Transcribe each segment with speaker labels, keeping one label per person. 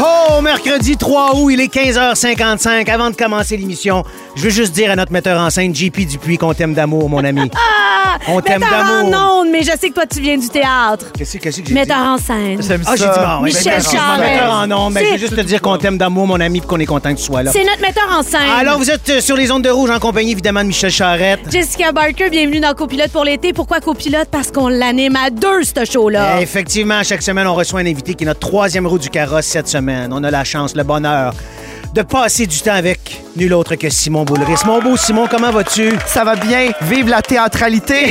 Speaker 1: Oh, mercredi 3 août, il est 15h55. Avant de commencer l'émission, je veux juste dire à notre metteur en scène, JP Dupuis, qu'on t'aime d'amour, mon ami. On t'aime
Speaker 2: Ah! Metteur
Speaker 1: d'amour.
Speaker 2: en ondes, mais je sais que toi, tu viens du théâtre.
Speaker 1: Qu'est-ce que qu'est-ce que j'ai dit?
Speaker 2: Metteur en scène.
Speaker 3: J'aime
Speaker 1: Ah, j'ai dit
Speaker 3: ça.
Speaker 1: mort. oui,
Speaker 2: Michel
Speaker 1: ben, excuse-moi,
Speaker 2: Charest.
Speaker 1: metteur en ondes. Ben, je veux
Speaker 2: C'est-
Speaker 1: juste te dire qu'on t'aime d'amour, mon ami, puis qu'on est content que tu sois là.
Speaker 2: C'est notre metteur en scène.
Speaker 1: Alors, vous êtes euh, sur les ondes de rouge en compagnie, évidemment, de Michel Charette.
Speaker 2: Jessica Barker, bienvenue dans Copilote pour l'été. Pourquoi Copilote? Parce qu'on l'anime à deux, ce show-là.
Speaker 1: Et Effectivement, chaque semaine, on reçoit un invité qui est notre troisième roue du carrosse cette semaine. On a la chance, le bonheur de passer du temps avec nul autre que Simon Boulris. Mon beau Simon, comment vas-tu?
Speaker 3: Ça va bien. Vive la théâtralité.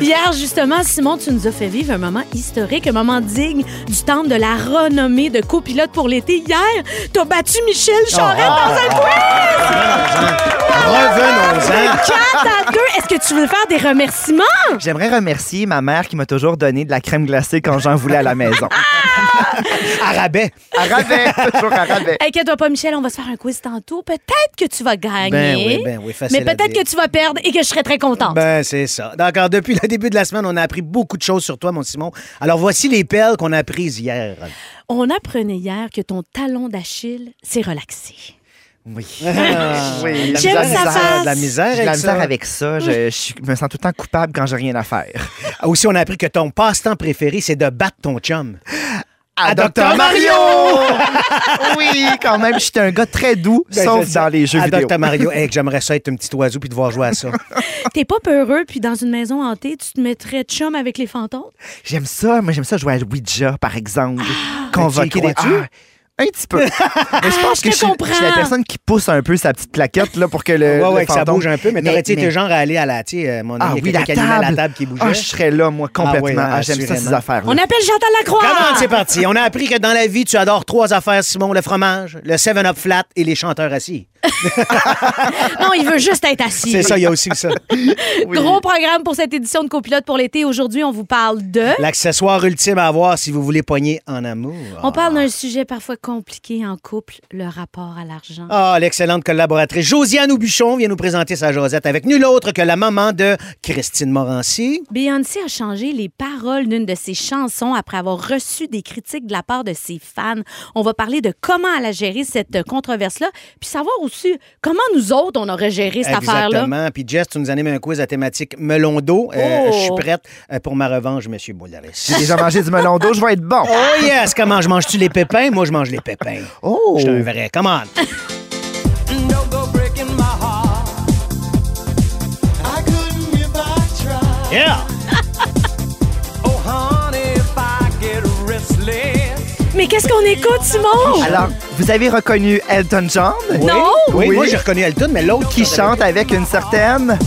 Speaker 2: Hier, justement, Simon, tu nous as fait vivre un moment historique, un moment digne du temple de la renommée de Copilote pour l'été. Hier, t'as battu Michel Charette
Speaker 1: Oh.
Speaker 2: dans un quiz!
Speaker 1: Revenons-en.
Speaker 2: 4 à 2! Est-ce que tu veux faire des remerciements?
Speaker 3: J'aimerais remercier ma mère qui m'a toujours donné de la crème glacée quand j'en voulais à la maison.
Speaker 1: Arabais.
Speaker 3: À rabais, toujours à rabais.
Speaker 2: Inquiète-toi pas, Michel, on va se faire un quiz tantôt. Peut-être que tu vas gagner.
Speaker 1: Ben oui, ben oui, facile
Speaker 2: Mais
Speaker 1: à
Speaker 2: peut-être
Speaker 1: dire.
Speaker 2: que tu vas perdre et que je serai très contente.
Speaker 1: Ben, c'est ça. D'accord, depuis le début de la semaine, on a appris beaucoup de choses sur toi, mon Simon. Alors, voici les perles qu'on a prises hier.
Speaker 2: On apprenait hier que ton talon d'Achille s'est relaxé.
Speaker 3: Oui.
Speaker 2: J'aime
Speaker 3: oui.
Speaker 2: sa
Speaker 3: la misère-
Speaker 2: face.
Speaker 1: de la misère
Speaker 3: J'ai de
Speaker 1: avec
Speaker 3: la misère
Speaker 1: ça.
Speaker 3: avec ça. Je, je me sens tout le temps coupable quand j'ai rien à faire.
Speaker 1: Ah, Aussi, on a appris que ton passe-temps préféré, c'est de battre ton chum.
Speaker 3: À Dr Mario! oui, quand même, j'étais un gars très doux,
Speaker 1: Ben,
Speaker 3: sauf
Speaker 1: je-
Speaker 3: dans les jeux
Speaker 1: à
Speaker 3: vidéo. Euh,
Speaker 1: Dr. Mario. Hey, que j'aimerais ça être un petit oiseau puis devoir jouer à ça.
Speaker 2: T'es pas peureux, puis dans une maison hantée, tu te mettrais chum avec les fantômes?
Speaker 3: J'aime ça. Moi, j'aime ça jouer à Ouija, par exemple. Convoquer
Speaker 1: checker
Speaker 3: des Ah,
Speaker 1: des tues?
Speaker 3: un petit peu. Mais je pense
Speaker 2: je
Speaker 3: que
Speaker 2: te
Speaker 3: je suis, je suis la
Speaker 2: comprends.
Speaker 3: personne qui pousse un peu sa petite claquette là, pour que le.
Speaker 1: Ouais,
Speaker 3: le
Speaker 1: ouais, que ça
Speaker 3: fantôme-
Speaker 1: bouge un peu, mais, t'aurais été
Speaker 3: mais-
Speaker 1: genre à aller à la, tu sais, euh, mon
Speaker 3: Ah
Speaker 1: ami, il y a
Speaker 3: oui, la
Speaker 1: quelqu'un qui animait
Speaker 3: table.
Speaker 1: la table qui bougeait.
Speaker 3: Ah, je serais là, moi, complètement.
Speaker 1: Ah oui,
Speaker 3: Ah, J'aime ça, ces
Speaker 1: assurément.
Speaker 3: affaires-là.
Speaker 2: On appelle Chantal Lacroix!
Speaker 1: Comment c'est parti? On a appris que dans la vie, tu adores trois affaires, Simon, le fromage, le 7-Up flat et les chanteurs assis.
Speaker 2: Non, il veut juste être assis.
Speaker 1: C'est ça, il y a aussi ça.
Speaker 2: Gros programme pour cette édition de Copilote pour l'été. Aujourd'hui, on vous parle de...
Speaker 1: L'accessoire ultime à avoir si vous voulez pogner en amour.
Speaker 2: On parle d'un sujet parfois compliqué en couple, le rapport à l'argent.
Speaker 1: Ah, l'excellente collaboratrice Josiane Aubuchon vient nous présenter sa Josette avec nul autre que la maman de Christine Morancy.
Speaker 2: Beyoncé a changé les paroles d'une de ses chansons après avoir reçu des critiques de la part de ses fans. On va parler de comment elle a géré cette controverse-là, puis savoir aussi comment nous autres, on aurait géré cette affaire-là.
Speaker 1: Exactement. Puis Jess, tu nous animes un quiz à thématique melon d'eau. Euh,
Speaker 2: Oh.
Speaker 1: Je suis prête euh, pour ma revanche, Monsieur Boularis.
Speaker 3: J'ai déjà mangé du melon d'eau, je vais être bon.
Speaker 1: Oh yes! Comment je mange-tu les pépins? Moi, je mange les pépins.
Speaker 3: Oh!
Speaker 1: Je suis un vrai. Come on! Yeah!
Speaker 2: Mais qu'est-ce qu'on écoute, Simon?
Speaker 3: Alors, vous avez reconnu Elton John?
Speaker 2: Non!
Speaker 1: Oui,
Speaker 3: Oui.
Speaker 1: moi, j'ai reconnu Elton, mais l'autre
Speaker 3: Qui chante avec une certaine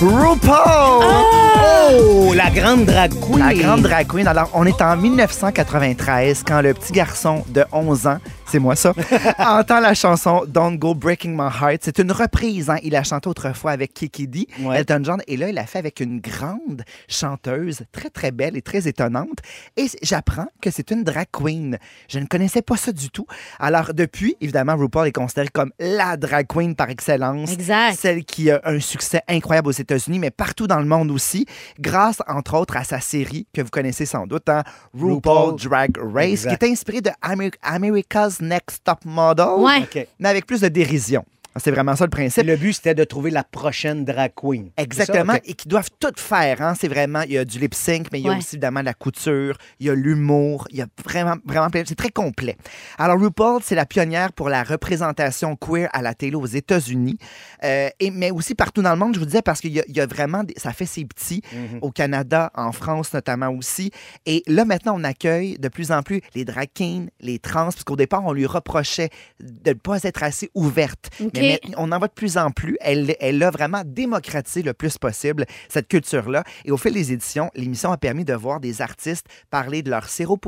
Speaker 3: RuPaul!
Speaker 1: Oh! La grande drag queen.
Speaker 3: La grande drag queen. Alors, on est en 1993 quand le petit garçon de 11 ans, c'est moi ça, entend la chanson Don't Go Breaking My Heart. C'est une reprise. hein. Il la chantait autrefois avec Kiki D,
Speaker 1: Ouais.
Speaker 3: Elton John. Et là, il l'a fait avec une grande chanteuse, très, très belle et très étonnante. Et c- j'apprends que c'est une drag queen. Je ne connaissais pas ça du tout. Alors, depuis, évidemment, RuPaul est considéré comme la drag queen par excellence.
Speaker 2: Exact.
Speaker 3: Celle qui a un succès incroyable aux États-Unis, mais partout dans le monde aussi, grâce entre autres à sa série que vous connaissez sans doute, hein, RuPaul
Speaker 1: RuPaul.
Speaker 3: Drag Race,
Speaker 1: Exact.
Speaker 3: qui est inspirée de Ameri- America's Next Top Model,
Speaker 2: Ouais.
Speaker 1: OK.
Speaker 3: mais avec plus de dérision. C'est vraiment ça le principe.
Speaker 1: Le but, c'était de trouver la prochaine drag queen. C'est ça?
Speaker 3: Exactement,
Speaker 1: OK.
Speaker 3: et qui doivent tout faire. Hein? C'est vraiment, il y a du lip sync, mais il y a
Speaker 2: Ouais.
Speaker 3: aussi évidemment la couture, il y a l'humour, il y a vraiment, vraiment plein. C'est très complet. Alors, RuPaul, c'est la pionnière pour la représentation queer à la télé aux États-Unis, euh, et, mais aussi partout dans le monde, je vous disais, parce qu'il y, a- il y a vraiment, des- ça fait ses petits
Speaker 1: Mm-hmm.
Speaker 3: au Canada, en France notamment aussi. Et là, maintenant, on accueille de plus en plus les drag kings, les trans, parce qu'au départ, on lui reprochait de ne pas être assez ouverte.
Speaker 2: OK.
Speaker 3: Mais maintenant, on en voit de plus en plus. Elle, elle a vraiment démocratisé le plus possible cette culture-là. Et au fil des éditions, l'émission a permis de voir des artistes parler de leur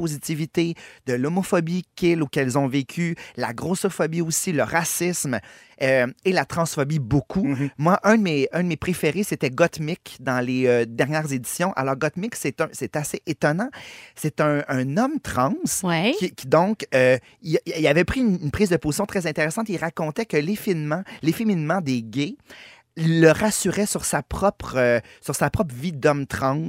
Speaker 3: séropositivité, de l'homophobie qu'ils ou qu'elles ont vécue, la grossophobie aussi, le racisme euh, et la transphobie beaucoup. Moi, un de mes, un de mes préférés, c'était Gottmik dans les euh, dernières éditions. Alors, Gottmik, c'est un- c'est assez étonnant. C'est un, un homme trans
Speaker 2: Ouais.
Speaker 3: qui, qui donc, euh, il, il avait pris une, une prise de position très intéressante. Il racontait que les Finlandes l'efféminement, l'efféminement des gays le rassurait sur sa propre, euh, sur sa propre vie d'homme trans,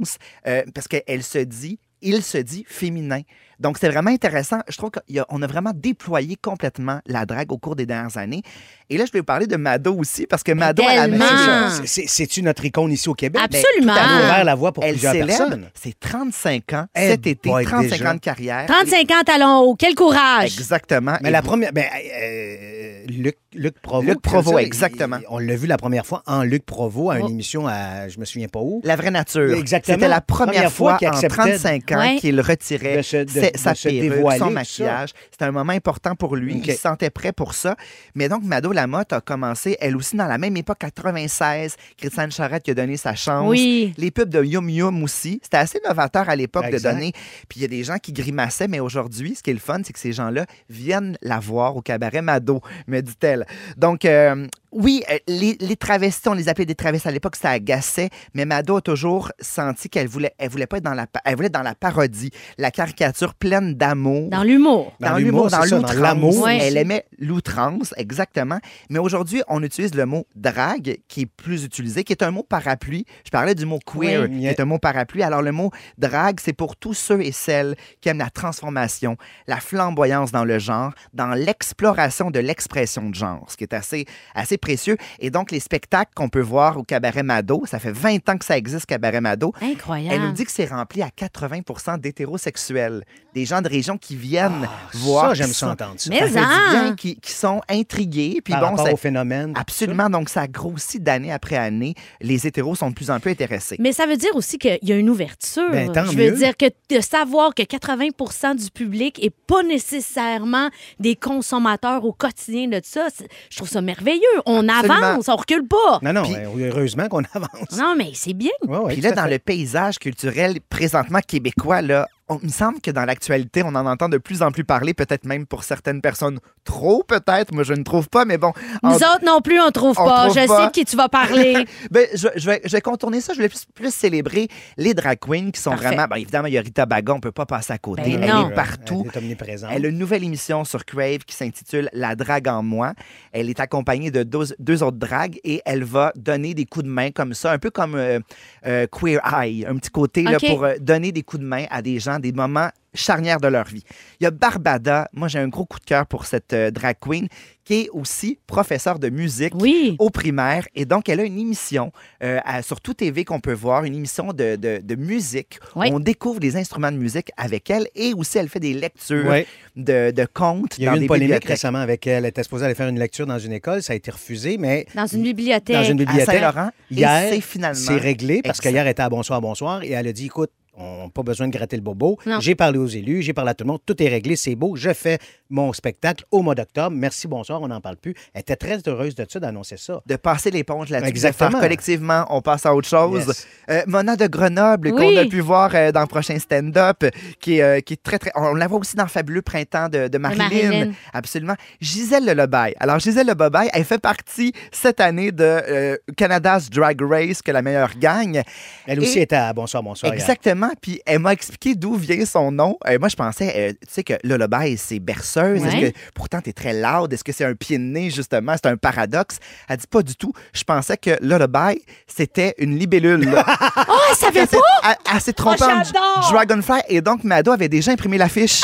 Speaker 3: euh, parce qu'elle se dit, il se dit féminin. Donc, c'est vraiment intéressant. Je trouve qu'on a vraiment déployé complètement la drague au cours des dernières années. Et là, je vais vous parler de Mado aussi, parce que Mado, elle a la même
Speaker 2: tellement!
Speaker 3: chose.
Speaker 1: C'est- c'est- C'est-tu notre icône ici au Québec?
Speaker 2: Ben, Absolument.
Speaker 1: Elle a ouvert la voie pour
Speaker 3: Elle
Speaker 1: plusieurs
Speaker 3: célèbre
Speaker 1: personnes.
Speaker 3: ses 35 ans
Speaker 1: Eh
Speaker 3: cet été,
Speaker 1: boy,
Speaker 3: 35
Speaker 1: déjà.
Speaker 3: ans de carrière.
Speaker 2: 35 ans, talons hauts. Quel courage!
Speaker 3: Exactement.
Speaker 1: Mais
Speaker 3: Et
Speaker 1: la
Speaker 3: vous-
Speaker 1: première. Ben, euh, Luc, Luc Provo.
Speaker 3: Luc Provost,
Speaker 1: c'est ça,
Speaker 3: exactement.
Speaker 1: il- On l'a vu la première fois en Luc Provo à une
Speaker 2: Oh.
Speaker 1: émission à. Je me souviens pas où.
Speaker 3: La vraie nature.
Speaker 1: Exactement.
Speaker 3: C'était la première,
Speaker 1: Première fois
Speaker 3: fois,
Speaker 1: qu'il
Speaker 3: en
Speaker 1: acceptait
Speaker 3: 35 ans
Speaker 2: Ouais.
Speaker 3: qu'il retirait
Speaker 1: De se- de-
Speaker 3: sa- sa
Speaker 1: de se
Speaker 3: perruque,
Speaker 1: dévoiler,
Speaker 3: son
Speaker 1: tout
Speaker 3: maquillage. C'était un moment important pour lui.
Speaker 1: Ok.
Speaker 3: Il se sentait prêt pour ça. Mais donc, Mado Lamotte a commencé, elle aussi, dans la même époque, 96. Christiane Charette qui a donné sa chance.
Speaker 2: Oui.
Speaker 3: Les pubs de Yum Yum aussi. C'était assez novateur à l'époque de
Speaker 1: Exact.
Speaker 3: donner. Puis il y a des gens qui grimaçaient, mais aujourd'hui, ce qui est le fun, c'est que ces gens-là viennent la voir au cabaret Mado, me dit-elle. Donc, euh, oui, euh, les, les travestis, on les appelait des travestis à l'époque, ça agaçait, mais Mado a toujours senti qu'elle voulait, elle voulait pas être dans la, pa- elle voulait être dans la parodie, la caricature pleine d'amour.
Speaker 2: Dans l'humour.
Speaker 1: Dans l'humour,
Speaker 3: dans
Speaker 1: c'est ça, dans
Speaker 3: l'outrance.
Speaker 1: l'amour
Speaker 2: Ouais.
Speaker 3: Elle aimait l'outrance, exactement. Mais aujourd'hui, on utilise le mot drague, qui est plus utilisé, qui est un mot parapluie. Je parlais du mot queer,
Speaker 1: Oui.
Speaker 3: qui est un mot parapluie. Alors, le mot drague, c'est pour tous ceux et celles qui aiment la transformation, la flamboyance dans le genre, dans l'exploration de l'expression de genre, ce qui est assez, assez précieux. Et donc, les spectacles qu'on peut voir au Cabaret Mado, ça fait 20 ans que ça existe, Cabaret Mado, elle nous
Speaker 2: Incroyable.
Speaker 3: dit que c'est rempli à 80 d'hétérosexuels, des gens de région qui viennent Ah, voir.
Speaker 1: Ça, j'aime
Speaker 3: qui
Speaker 1: ça
Speaker 3: sont-
Speaker 1: entendre ça.
Speaker 2: Mais
Speaker 3: ça fait
Speaker 2: hein!
Speaker 3: du bien, qui, qui sont intrigués. Puis
Speaker 1: Par
Speaker 3: bon,
Speaker 1: rapport
Speaker 3: ça- Ah,
Speaker 1: au phénomène. tout
Speaker 3: absolument. Donc, ça grossit d'année après année. Les hétéros sont de plus en plus intéressés.
Speaker 2: Mais ça veut dire aussi qu'il y a une ouverture.
Speaker 1: Ben, tant
Speaker 2: Je veux
Speaker 1: mieux.
Speaker 2: dire que de savoir que 80 du public est pas nécessairement des consommateurs au quotidien de ça, c'est- je trouve ça merveilleux. On
Speaker 3: Absolument.
Speaker 2: avance, on recule pas.
Speaker 1: ça. Non, non,
Speaker 3: Puis-
Speaker 1: euh, heureusement qu'on avance.
Speaker 2: Non, mais c'est bien.
Speaker 1: Ouais, ouais,
Speaker 3: Puis
Speaker 1: tout
Speaker 3: là,
Speaker 1: à
Speaker 3: dans
Speaker 1: fait.
Speaker 3: le paysage culturel présentement québécois, là, on, il me semble que dans l'actualité, on en entend de plus en plus parler, peut-être même pour certaines personnes trop, peut-être. Moi, je ne trouve pas, mais bon.
Speaker 1: Ah,
Speaker 2: Nous
Speaker 3: en-
Speaker 2: autres non plus, on trouve
Speaker 3: on
Speaker 2: pas.
Speaker 3: trouve
Speaker 2: je
Speaker 3: pas.
Speaker 2: sais de qui tu vas parler.
Speaker 3: Ben, je, je vais, je vais contourner ça. Je vais plus, plus célébrer les drag queens qui sont
Speaker 2: Parfait.
Speaker 3: vraiment. Ben, évidemment, il y a Rita Baga, on peut pas passer à côté.
Speaker 2: Ben
Speaker 3: elle
Speaker 2: non.
Speaker 3: est partout.
Speaker 1: Elle est omniprésente.
Speaker 3: Elle a une nouvelle émission sur Crave qui s'intitule La drague en moi. Elle est accompagnée de deux, deux autres dragues et elle va donner des coups de main comme ça, un peu comme euh, euh, Queer Eye, un petit côté là,
Speaker 2: Ok.
Speaker 3: pour euh, donner des coups de main à des gens, des moments charnières de leur vie. Il y a Barbada. Moi, j'ai un gros coup de cœur pour cette euh, drag queen qui est aussi professeure de musique
Speaker 2: Oui.
Speaker 3: au primaire. Et donc, elle a une émission euh, à- sur tout TV qu'on peut voir, une émission de, de- de musique.
Speaker 2: Oui.
Speaker 3: On découvre des instruments de musique avec elle et aussi elle fait des lectures
Speaker 1: Ouais.
Speaker 3: de, de contes
Speaker 1: Il y a
Speaker 3: dans
Speaker 1: eu une
Speaker 3: des
Speaker 1: polémique
Speaker 3: bibliothèques.
Speaker 1: récemment avec elle. Elle était supposée aller faire une lecture dans une école. Ça a été refusé, mais
Speaker 2: Dans une bibliothèque.
Speaker 1: dans une bibliothèque.
Speaker 3: À Saint-Laurent.
Speaker 1: Hier,
Speaker 3: et c'est finalement.
Speaker 1: C'est réglé parce
Speaker 3: Exact.
Speaker 1: qu'hier, elle était à Bonsoir, Bonsoir et elle a dit écoute, on n'a pas besoin de gratter le bobo.
Speaker 2: Non.
Speaker 1: J'ai parlé aux élus, j'ai parlé à tout le monde, tout est réglé, c'est beau. Je fais mon spectacle au mois d'octobre. Merci, bonsoir, on n'en parle plus. Elle était très heureuse de ça, d'annoncer ça.
Speaker 3: De passer l'éponge là-dessus. de
Speaker 1: Exactement.
Speaker 3: faire collectivement, on passe à autre chose.
Speaker 1: Yes.
Speaker 3: Euh, Mona de Grenoble, qu'on
Speaker 2: Oui.
Speaker 3: a pu voir euh, dans le prochain stand-up, qui, est, euh, qui est très, très. On la voit aussi dans le Fabuleux Printemps de, de Marilyn.
Speaker 2: Marilyn.
Speaker 3: Absolument. Gisèle Lelobaille. Alors, Gisèle Lelobaille, elle fait partie cette année de euh, Canada's Drag Race, que la meilleure gagne.
Speaker 1: Elle aussi
Speaker 3: Et-
Speaker 1: était à Bonsoir, Bonsoir. hier.
Speaker 3: Exactement. Puis elle m'a expliqué d'où vient son nom. Euh, moi, je pensais, euh, tu sais, que Lullaby, c'est berceuse. Est-ce
Speaker 2: Ouais.
Speaker 3: que, pourtant, t'es très loud. Est-ce que c'est un pied de nez, justement? C'est un paradoxe. Elle dit pas du tout. Je pensais que Lullaby, c'était une libellule.
Speaker 2: Ah, elle savait
Speaker 3: elle s'est-
Speaker 2: pas.
Speaker 3: elle- elle s'est trompée
Speaker 2: Oh,
Speaker 3: en
Speaker 2: j'adore!
Speaker 3: Dragonfly. Et donc, Mado avait déjà imprimé l'affiche.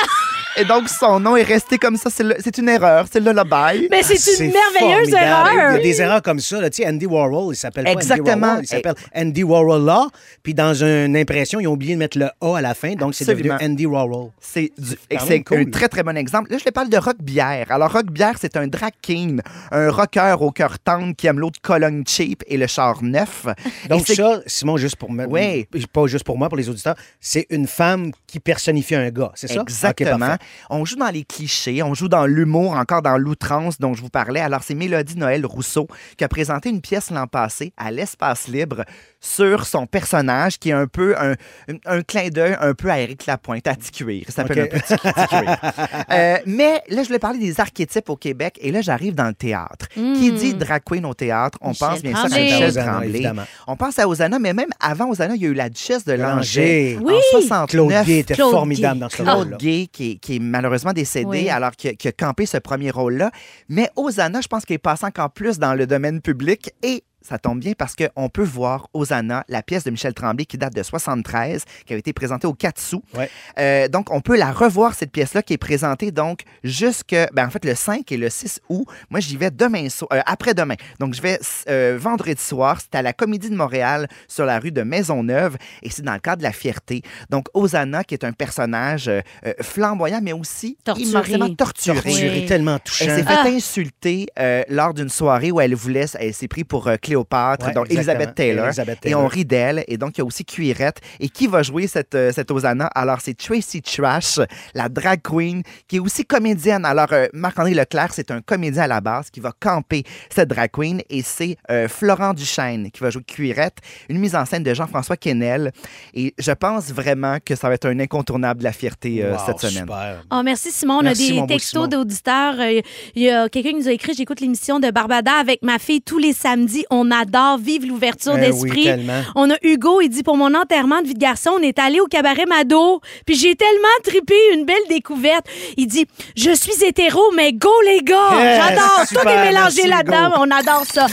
Speaker 3: et donc, son nom est resté comme ça. C'est le- C'est une erreur. C'est Lullaby.
Speaker 2: Mais
Speaker 1: Ah,
Speaker 2: c'est une merveilleuse
Speaker 1: formidable. Il y a
Speaker 2: erreur.
Speaker 1: des erreurs comme ça. là. Tu sais, Andy Warhol, il s'appelle pas Andy
Speaker 3: Exactement.
Speaker 1: Warhol, il s'appelle Andy Warhol Law. Puis dans une impression, ils ont oublié de mettre le A à la fin, donc c'est devenu
Speaker 3: Absolument.
Speaker 1: Andy Warhol.
Speaker 3: C'est du-
Speaker 1: quand
Speaker 3: c'est
Speaker 1: même cool.
Speaker 3: un très, très bon exemple. Là, je te parle de Rock Bière. Alors, Rock Bière, c'est un drag king, un rocker au cœur tendre qui aime l'autre colonne cheap et le char neuf.
Speaker 1: Donc
Speaker 3: Et c'est-
Speaker 1: ça, Simon, juste pour moi,
Speaker 3: Oui.
Speaker 1: pas juste pour moi, pour les auditeurs, c'est une femme qui personnifie un gars, c'est ça? Ok,
Speaker 3: Exactement.
Speaker 1: parfait.
Speaker 3: on joue dans les clichés, on joue dans l'humour, encore dans l'outrance dont je vous parlais. Alors, c'est Mélodie Noël Rousseau qui a présenté une pièce l'an passé à l'Espace Libre sur son personnage qui est un peu un, un- un clin d'œil un peu à Éric Lapointe, à Ticuir. Ça s'appelle
Speaker 1: OK.
Speaker 3: un peu Ticu- Ticuir. Euh, mais là, je voulais parler des archétypes au Québec et là, j'arrive dans le théâtre. Qui dit drag queen au théâtre? On
Speaker 2: Hmm. Michel
Speaker 3: pense bien sûr à
Speaker 2: Tremblay.
Speaker 3: Michel
Speaker 1: Ozana,
Speaker 3: Tremblay.
Speaker 1: évidemment.
Speaker 3: On pense à Osana, mais même avant Osana, il y a eu la duchesse de Langeais.
Speaker 1: Oui.
Speaker 3: En
Speaker 1: Claude
Speaker 3: 69,
Speaker 1: Guy était
Speaker 2: Claude
Speaker 1: formidable
Speaker 2: Guy.
Speaker 1: dans ce
Speaker 3: Claude
Speaker 1: rôle-là.
Speaker 3: Gay, qui, est- qui est malheureusement décédé,
Speaker 2: Oui.
Speaker 3: alors qui a, qui a campé ce premier rôle-là. Mais Osana, je pense qu'il est passé encore plus dans le domaine public et ça tombe bien parce qu'on peut voir Osana, la pièce de Michel Tremblay qui date de 73, qui avait été présentée au 4 sous.
Speaker 1: Ouais.
Speaker 3: Euh, donc, on peut la revoir, cette pièce-là, qui est présentée donc jusque, ben, en fait, le 5 et le 6 août. Moi, j'y vais demain, so- euh, après-demain. Donc, je vais euh, vendredi soir. C'est à la Comédie de Montréal, sur la rue de Maisonneuve, et c'est dans le cadre de la fierté. Donc, Osana, qui est un personnage euh, euh, flamboyant, mais aussi
Speaker 2: Torturé.
Speaker 3: immensément torturé.
Speaker 1: Torturé,
Speaker 2: Oui.
Speaker 1: tellement
Speaker 3: Elle
Speaker 1: touchant.
Speaker 3: s'est fait
Speaker 2: Ah.
Speaker 3: insulter euh, lors d'une soirée où elle voulait, elle s'est pris pour euh, Cléopâtre,
Speaker 1: Ouais,
Speaker 3: donc
Speaker 1: exactement.
Speaker 3: Elizabeth Taylor,
Speaker 1: Elizabeth
Speaker 3: et
Speaker 1: Taylor.
Speaker 3: on rit d'elle, et donc il y a aussi Cuirette, et qui va jouer cette, euh, cette Osana? Alors c'est Tracy Trash, la drag queen, qui est aussi comédienne. Alors euh, Marc-André Leclerc, c'est un comédien à la base qui va camper cette drag queen, et c'est euh, Florent Duchesne qui va jouer Cuirette, une mise en scène de Jean-François Quesnel, et je pense vraiment que ça va être un incontournable de la fierté euh,
Speaker 1: Wow,
Speaker 3: cette semaine.
Speaker 1: super.
Speaker 2: Oh, merci Simon. On
Speaker 1: Merci,
Speaker 2: a
Speaker 1: mon
Speaker 2: des
Speaker 1: beau
Speaker 2: textos
Speaker 1: Simon.
Speaker 2: d'auditeurs. Euh, Il y a quelqu'un qui nous a écrit J'écoute l'émission de Barbada avec ma fille tous les samedis. On adore. Vive l'ouverture
Speaker 1: Eh oui,
Speaker 2: d'esprit.
Speaker 1: tellement.
Speaker 2: on a Hugo, il dit Pour mon enterrement de vie de garçon, on est allé au cabaret Mado. Puis j'ai tellement tripé une belle découverte. Il dit Je suis hétéro, mais go les gars
Speaker 1: Yes,
Speaker 2: J'adore. Tout
Speaker 1: Eh, super,
Speaker 2: est
Speaker 1: merci,
Speaker 2: mélangé là-dedans.
Speaker 1: Hugo.
Speaker 2: On adore ça.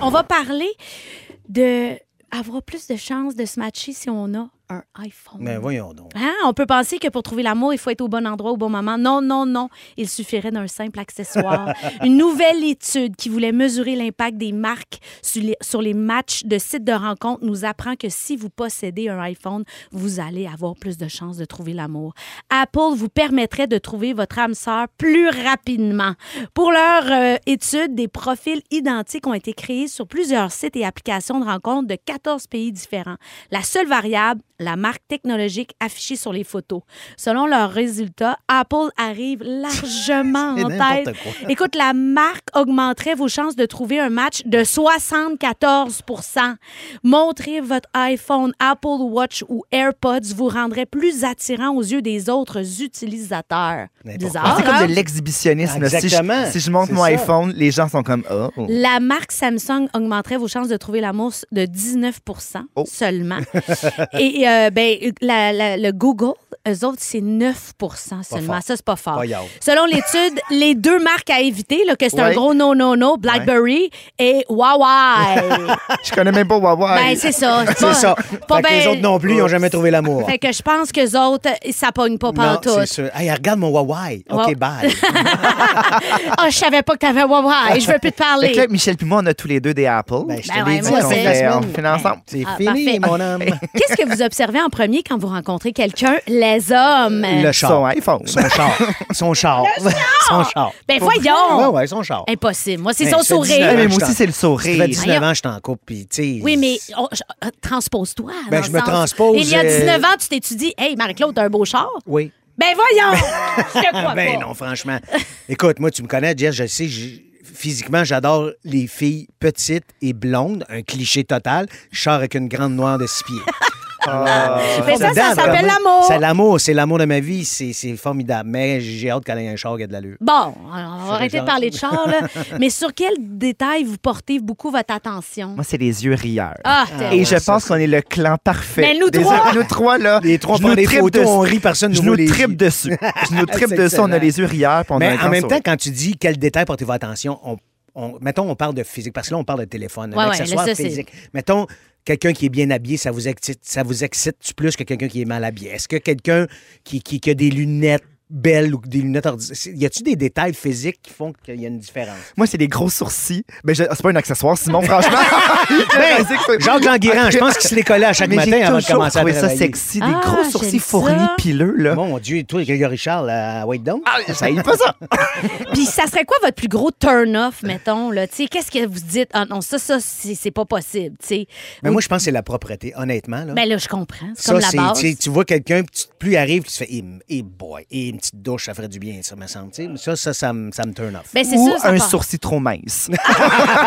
Speaker 2: on va parler de avoir plus de chances de se matcher si on a un iPhone.
Speaker 1: Mais Ben voyons donc.
Speaker 2: Hein? On peut penser que pour trouver l'amour, il faut être au bon endroit au bon moment. Non, non, non. Il suffirait d'un simple accessoire. Une nouvelle étude qui voulait mesurer l'impact des marques sur les, sur les matchs de sites de rencontres nous apprend que si vous possédez un iPhone, vous allez avoir plus de chances de trouver l'amour. Apple vous permettrait de trouver votre âme sœur plus rapidement. Pour leur euh, étude, des profils identiques ont été créés sur plusieurs sites et applications de rencontres de 14 pays différents. La seule variable, la marque technologique affichée sur les photos. Selon leurs résultats, Apple arrive largement
Speaker 1: C'est
Speaker 2: en
Speaker 1: n'importe
Speaker 2: tête.
Speaker 1: quoi.
Speaker 2: Écoute, la marque augmenterait vos chances de trouver un match de 74 Montrer votre iPhone, Apple Watch ou AirPods vous rendrait plus attirant aux yeux des autres utilisateurs.
Speaker 1: N'importe
Speaker 2: Bizarre,
Speaker 3: Ah, C'est comme
Speaker 2: hein?
Speaker 3: de l'exhibitionnisme. Si je-
Speaker 1: Exactement.
Speaker 3: Si je, montre
Speaker 1: C'est
Speaker 3: mon
Speaker 1: ça.
Speaker 3: iPhone, les gens sont comme oh. oh.
Speaker 2: La marque Samsung augmenterait vos chances de trouver l'amour de 19
Speaker 3: Oh.
Speaker 2: seulement. Et euh, ben, la- la- le Google, eux autres, c'est 9 seulement.
Speaker 1: fort.
Speaker 2: Ça, c'est pas fort.
Speaker 1: Pas yard.
Speaker 2: Selon l'étude, les deux marques à éviter, là, que c'est un
Speaker 3: Ouais.
Speaker 2: gros non-non-non, BlackBerry et Huawei.
Speaker 3: Je connais même pas Huawei.
Speaker 2: ben, c'est ça.
Speaker 1: C'est ça.
Speaker 2: Pas
Speaker 1: Fait que les
Speaker 2: ben-
Speaker 1: autres non plus, ils n'ont jamais trouvé l'amour.
Speaker 2: Fait que je pense qu'eux autres, ça pogne pas
Speaker 1: Non,
Speaker 2: partout.
Speaker 1: c'est sûr. Hey, regarde mon Huawei.
Speaker 2: Wow.
Speaker 1: OK, bye.
Speaker 2: Ah, je savais pas que t'avais Huawei. Je veux plus te
Speaker 3: Fait
Speaker 2: parler.
Speaker 3: que là, Michel puis moi, on a tous les deux des Apple.
Speaker 1: Ben, je te
Speaker 2: Ben
Speaker 1: l'ai
Speaker 2: ouais,
Speaker 1: dit,
Speaker 2: moi,
Speaker 1: on
Speaker 2: c'est-
Speaker 1: fait la
Speaker 3: on
Speaker 1: semaine.
Speaker 3: fait ensemble.
Speaker 1: C'est
Speaker 2: Ah,
Speaker 1: fini,
Speaker 2: parfait.
Speaker 1: mon homme.
Speaker 2: Qu'est-ce que vous observez en premier quand vous rencontrez quelqu'un? Les hommes.
Speaker 1: Le
Speaker 3: Son
Speaker 1: char.
Speaker 3: iPhone.
Speaker 1: Son char. Son char. Son char.
Speaker 2: Ben
Speaker 1: Ouais,
Speaker 2: voyons!
Speaker 1: ouais, son char.
Speaker 2: Impossible. Moi, c'est
Speaker 1: Ben,
Speaker 2: son
Speaker 1: c'est
Speaker 3: Ah,
Speaker 2: sourire.
Speaker 1: dix-neuf.
Speaker 3: mais moi aussi, c'est le
Speaker 1: Ça fait
Speaker 3: sourire.
Speaker 1: 19 ans, je suis en couple, puis tu sais.
Speaker 2: Oui, mais on- je- euh, transpose-toi.
Speaker 1: Ben,
Speaker 2: dans
Speaker 1: je
Speaker 2: le
Speaker 1: me
Speaker 2: sens-
Speaker 1: transpose,
Speaker 2: Il y a
Speaker 1: euh,
Speaker 2: 19 ans, tu t'es dit, hey, Marie-Claude, t'as un beau char?
Speaker 1: Oui.
Speaker 2: Ben voyons! je te crois
Speaker 1: ben
Speaker 2: pas.
Speaker 1: non, franchement. Écoute, moi, tu me connais, Jess, je sais, j'ai- physiquement, j'adore les filles petites et blondes, un cliché total. Je sors avec une grande noire de six pieds.
Speaker 2: Mais ça, ça
Speaker 1: Formidable,
Speaker 2: s'appelle
Speaker 1: vraiment.
Speaker 2: l'amour.
Speaker 1: C'est l'amour, c'est l'amour de ma vie, c'est c'est formidable. Mais j'ai hâte qu'elle ait un char qui a de l'allure.
Speaker 2: Bon, on va arrêter de
Speaker 1: gentil.
Speaker 2: parler de char, là. mais sur quel détail vous portez beaucoup votre attention?
Speaker 3: Moi, c'est les yeux rieurs.
Speaker 2: Ah, t'es-
Speaker 3: Et
Speaker 1: ouais,
Speaker 3: je
Speaker 1: ça,
Speaker 3: pense qu'on est le clan parfait.
Speaker 2: Mais nous
Speaker 3: Des-
Speaker 2: trois!
Speaker 3: Nous trois, là.
Speaker 1: Les trois
Speaker 3: je
Speaker 1: prend
Speaker 3: nous
Speaker 1: des
Speaker 3: tripe
Speaker 1: photos,
Speaker 3: dessus.
Speaker 1: on rit, personne
Speaker 3: Je
Speaker 1: nous
Speaker 3: nous
Speaker 1: voit les
Speaker 3: tripe
Speaker 1: yeux.
Speaker 3: dessus. Je nous tripe
Speaker 1: C'est
Speaker 3: dessus, on a
Speaker 1: excellent.
Speaker 3: les yeux rieurs, puis on a un
Speaker 1: Mais en
Speaker 3: grand
Speaker 1: même temps,
Speaker 3: sourire.
Speaker 1: quand tu dis quel détail portez votre attention, on, on- mettons, on parle de physique, parce que là, on parle de téléphone,
Speaker 2: Ouais,
Speaker 1: un
Speaker 2: ouais,
Speaker 1: accessoire
Speaker 2: là, ça, c'est-
Speaker 1: physique. Mettons, quelqu'un qui est bien habillé, ça vous excite, ça vous excite plus que quelqu'un qui est mal habillé? Est-ce que quelqu'un qui, qui- qui a des lunettes belles ou des lunettes ordi- c'est- Y a-tu des détails physiques qui font qu'il y a une différence?
Speaker 3: Moi, c'est des gros sourcils. Ben, je- c'est pas un accessoire, Simon, franchement. Ben, c'est-
Speaker 1: Jacques Languirand, je pense qu'il se les collait à chaque
Speaker 3: Mais j'ai
Speaker 1: matin avant de
Speaker 3: toujours
Speaker 1: commencer à
Speaker 3: trouvé
Speaker 1: travailler.
Speaker 3: ça sexy, des
Speaker 2: Ah,
Speaker 3: gros
Speaker 2: j'aime
Speaker 3: sourcils
Speaker 2: ça.
Speaker 3: fournis, pileux, là.
Speaker 1: Mon Dieu, toi, Grégory Charles, à wait donc.
Speaker 3: Ah, ça y est pas ça.
Speaker 2: Puis ça serait quoi votre plus gros turn-off, mettons? là? Tu sais, Qu'est-ce que vous dites? Ah non, ça, ça, c'est c'est pas possible. tu sais.
Speaker 1: Mais moi, je pense que c'est la propreté, honnêtement. Là.
Speaker 2: Ben là, je comprends. C'est
Speaker 1: Ça,
Speaker 2: comme la
Speaker 1: c'est,
Speaker 2: base.
Speaker 1: tu sais, tu vois quelqu'un, puis tu- plus il arrive, tu fais, hey, hey boy, hey une petite douche, ça ferait du bien, ça me semble. Tu sais, Ça, ça, ça, me- ça me turn off.
Speaker 2: Ben, c'est
Speaker 3: Ou
Speaker 2: sûr, ça
Speaker 3: un
Speaker 2: part.
Speaker 3: sourcil trop mince.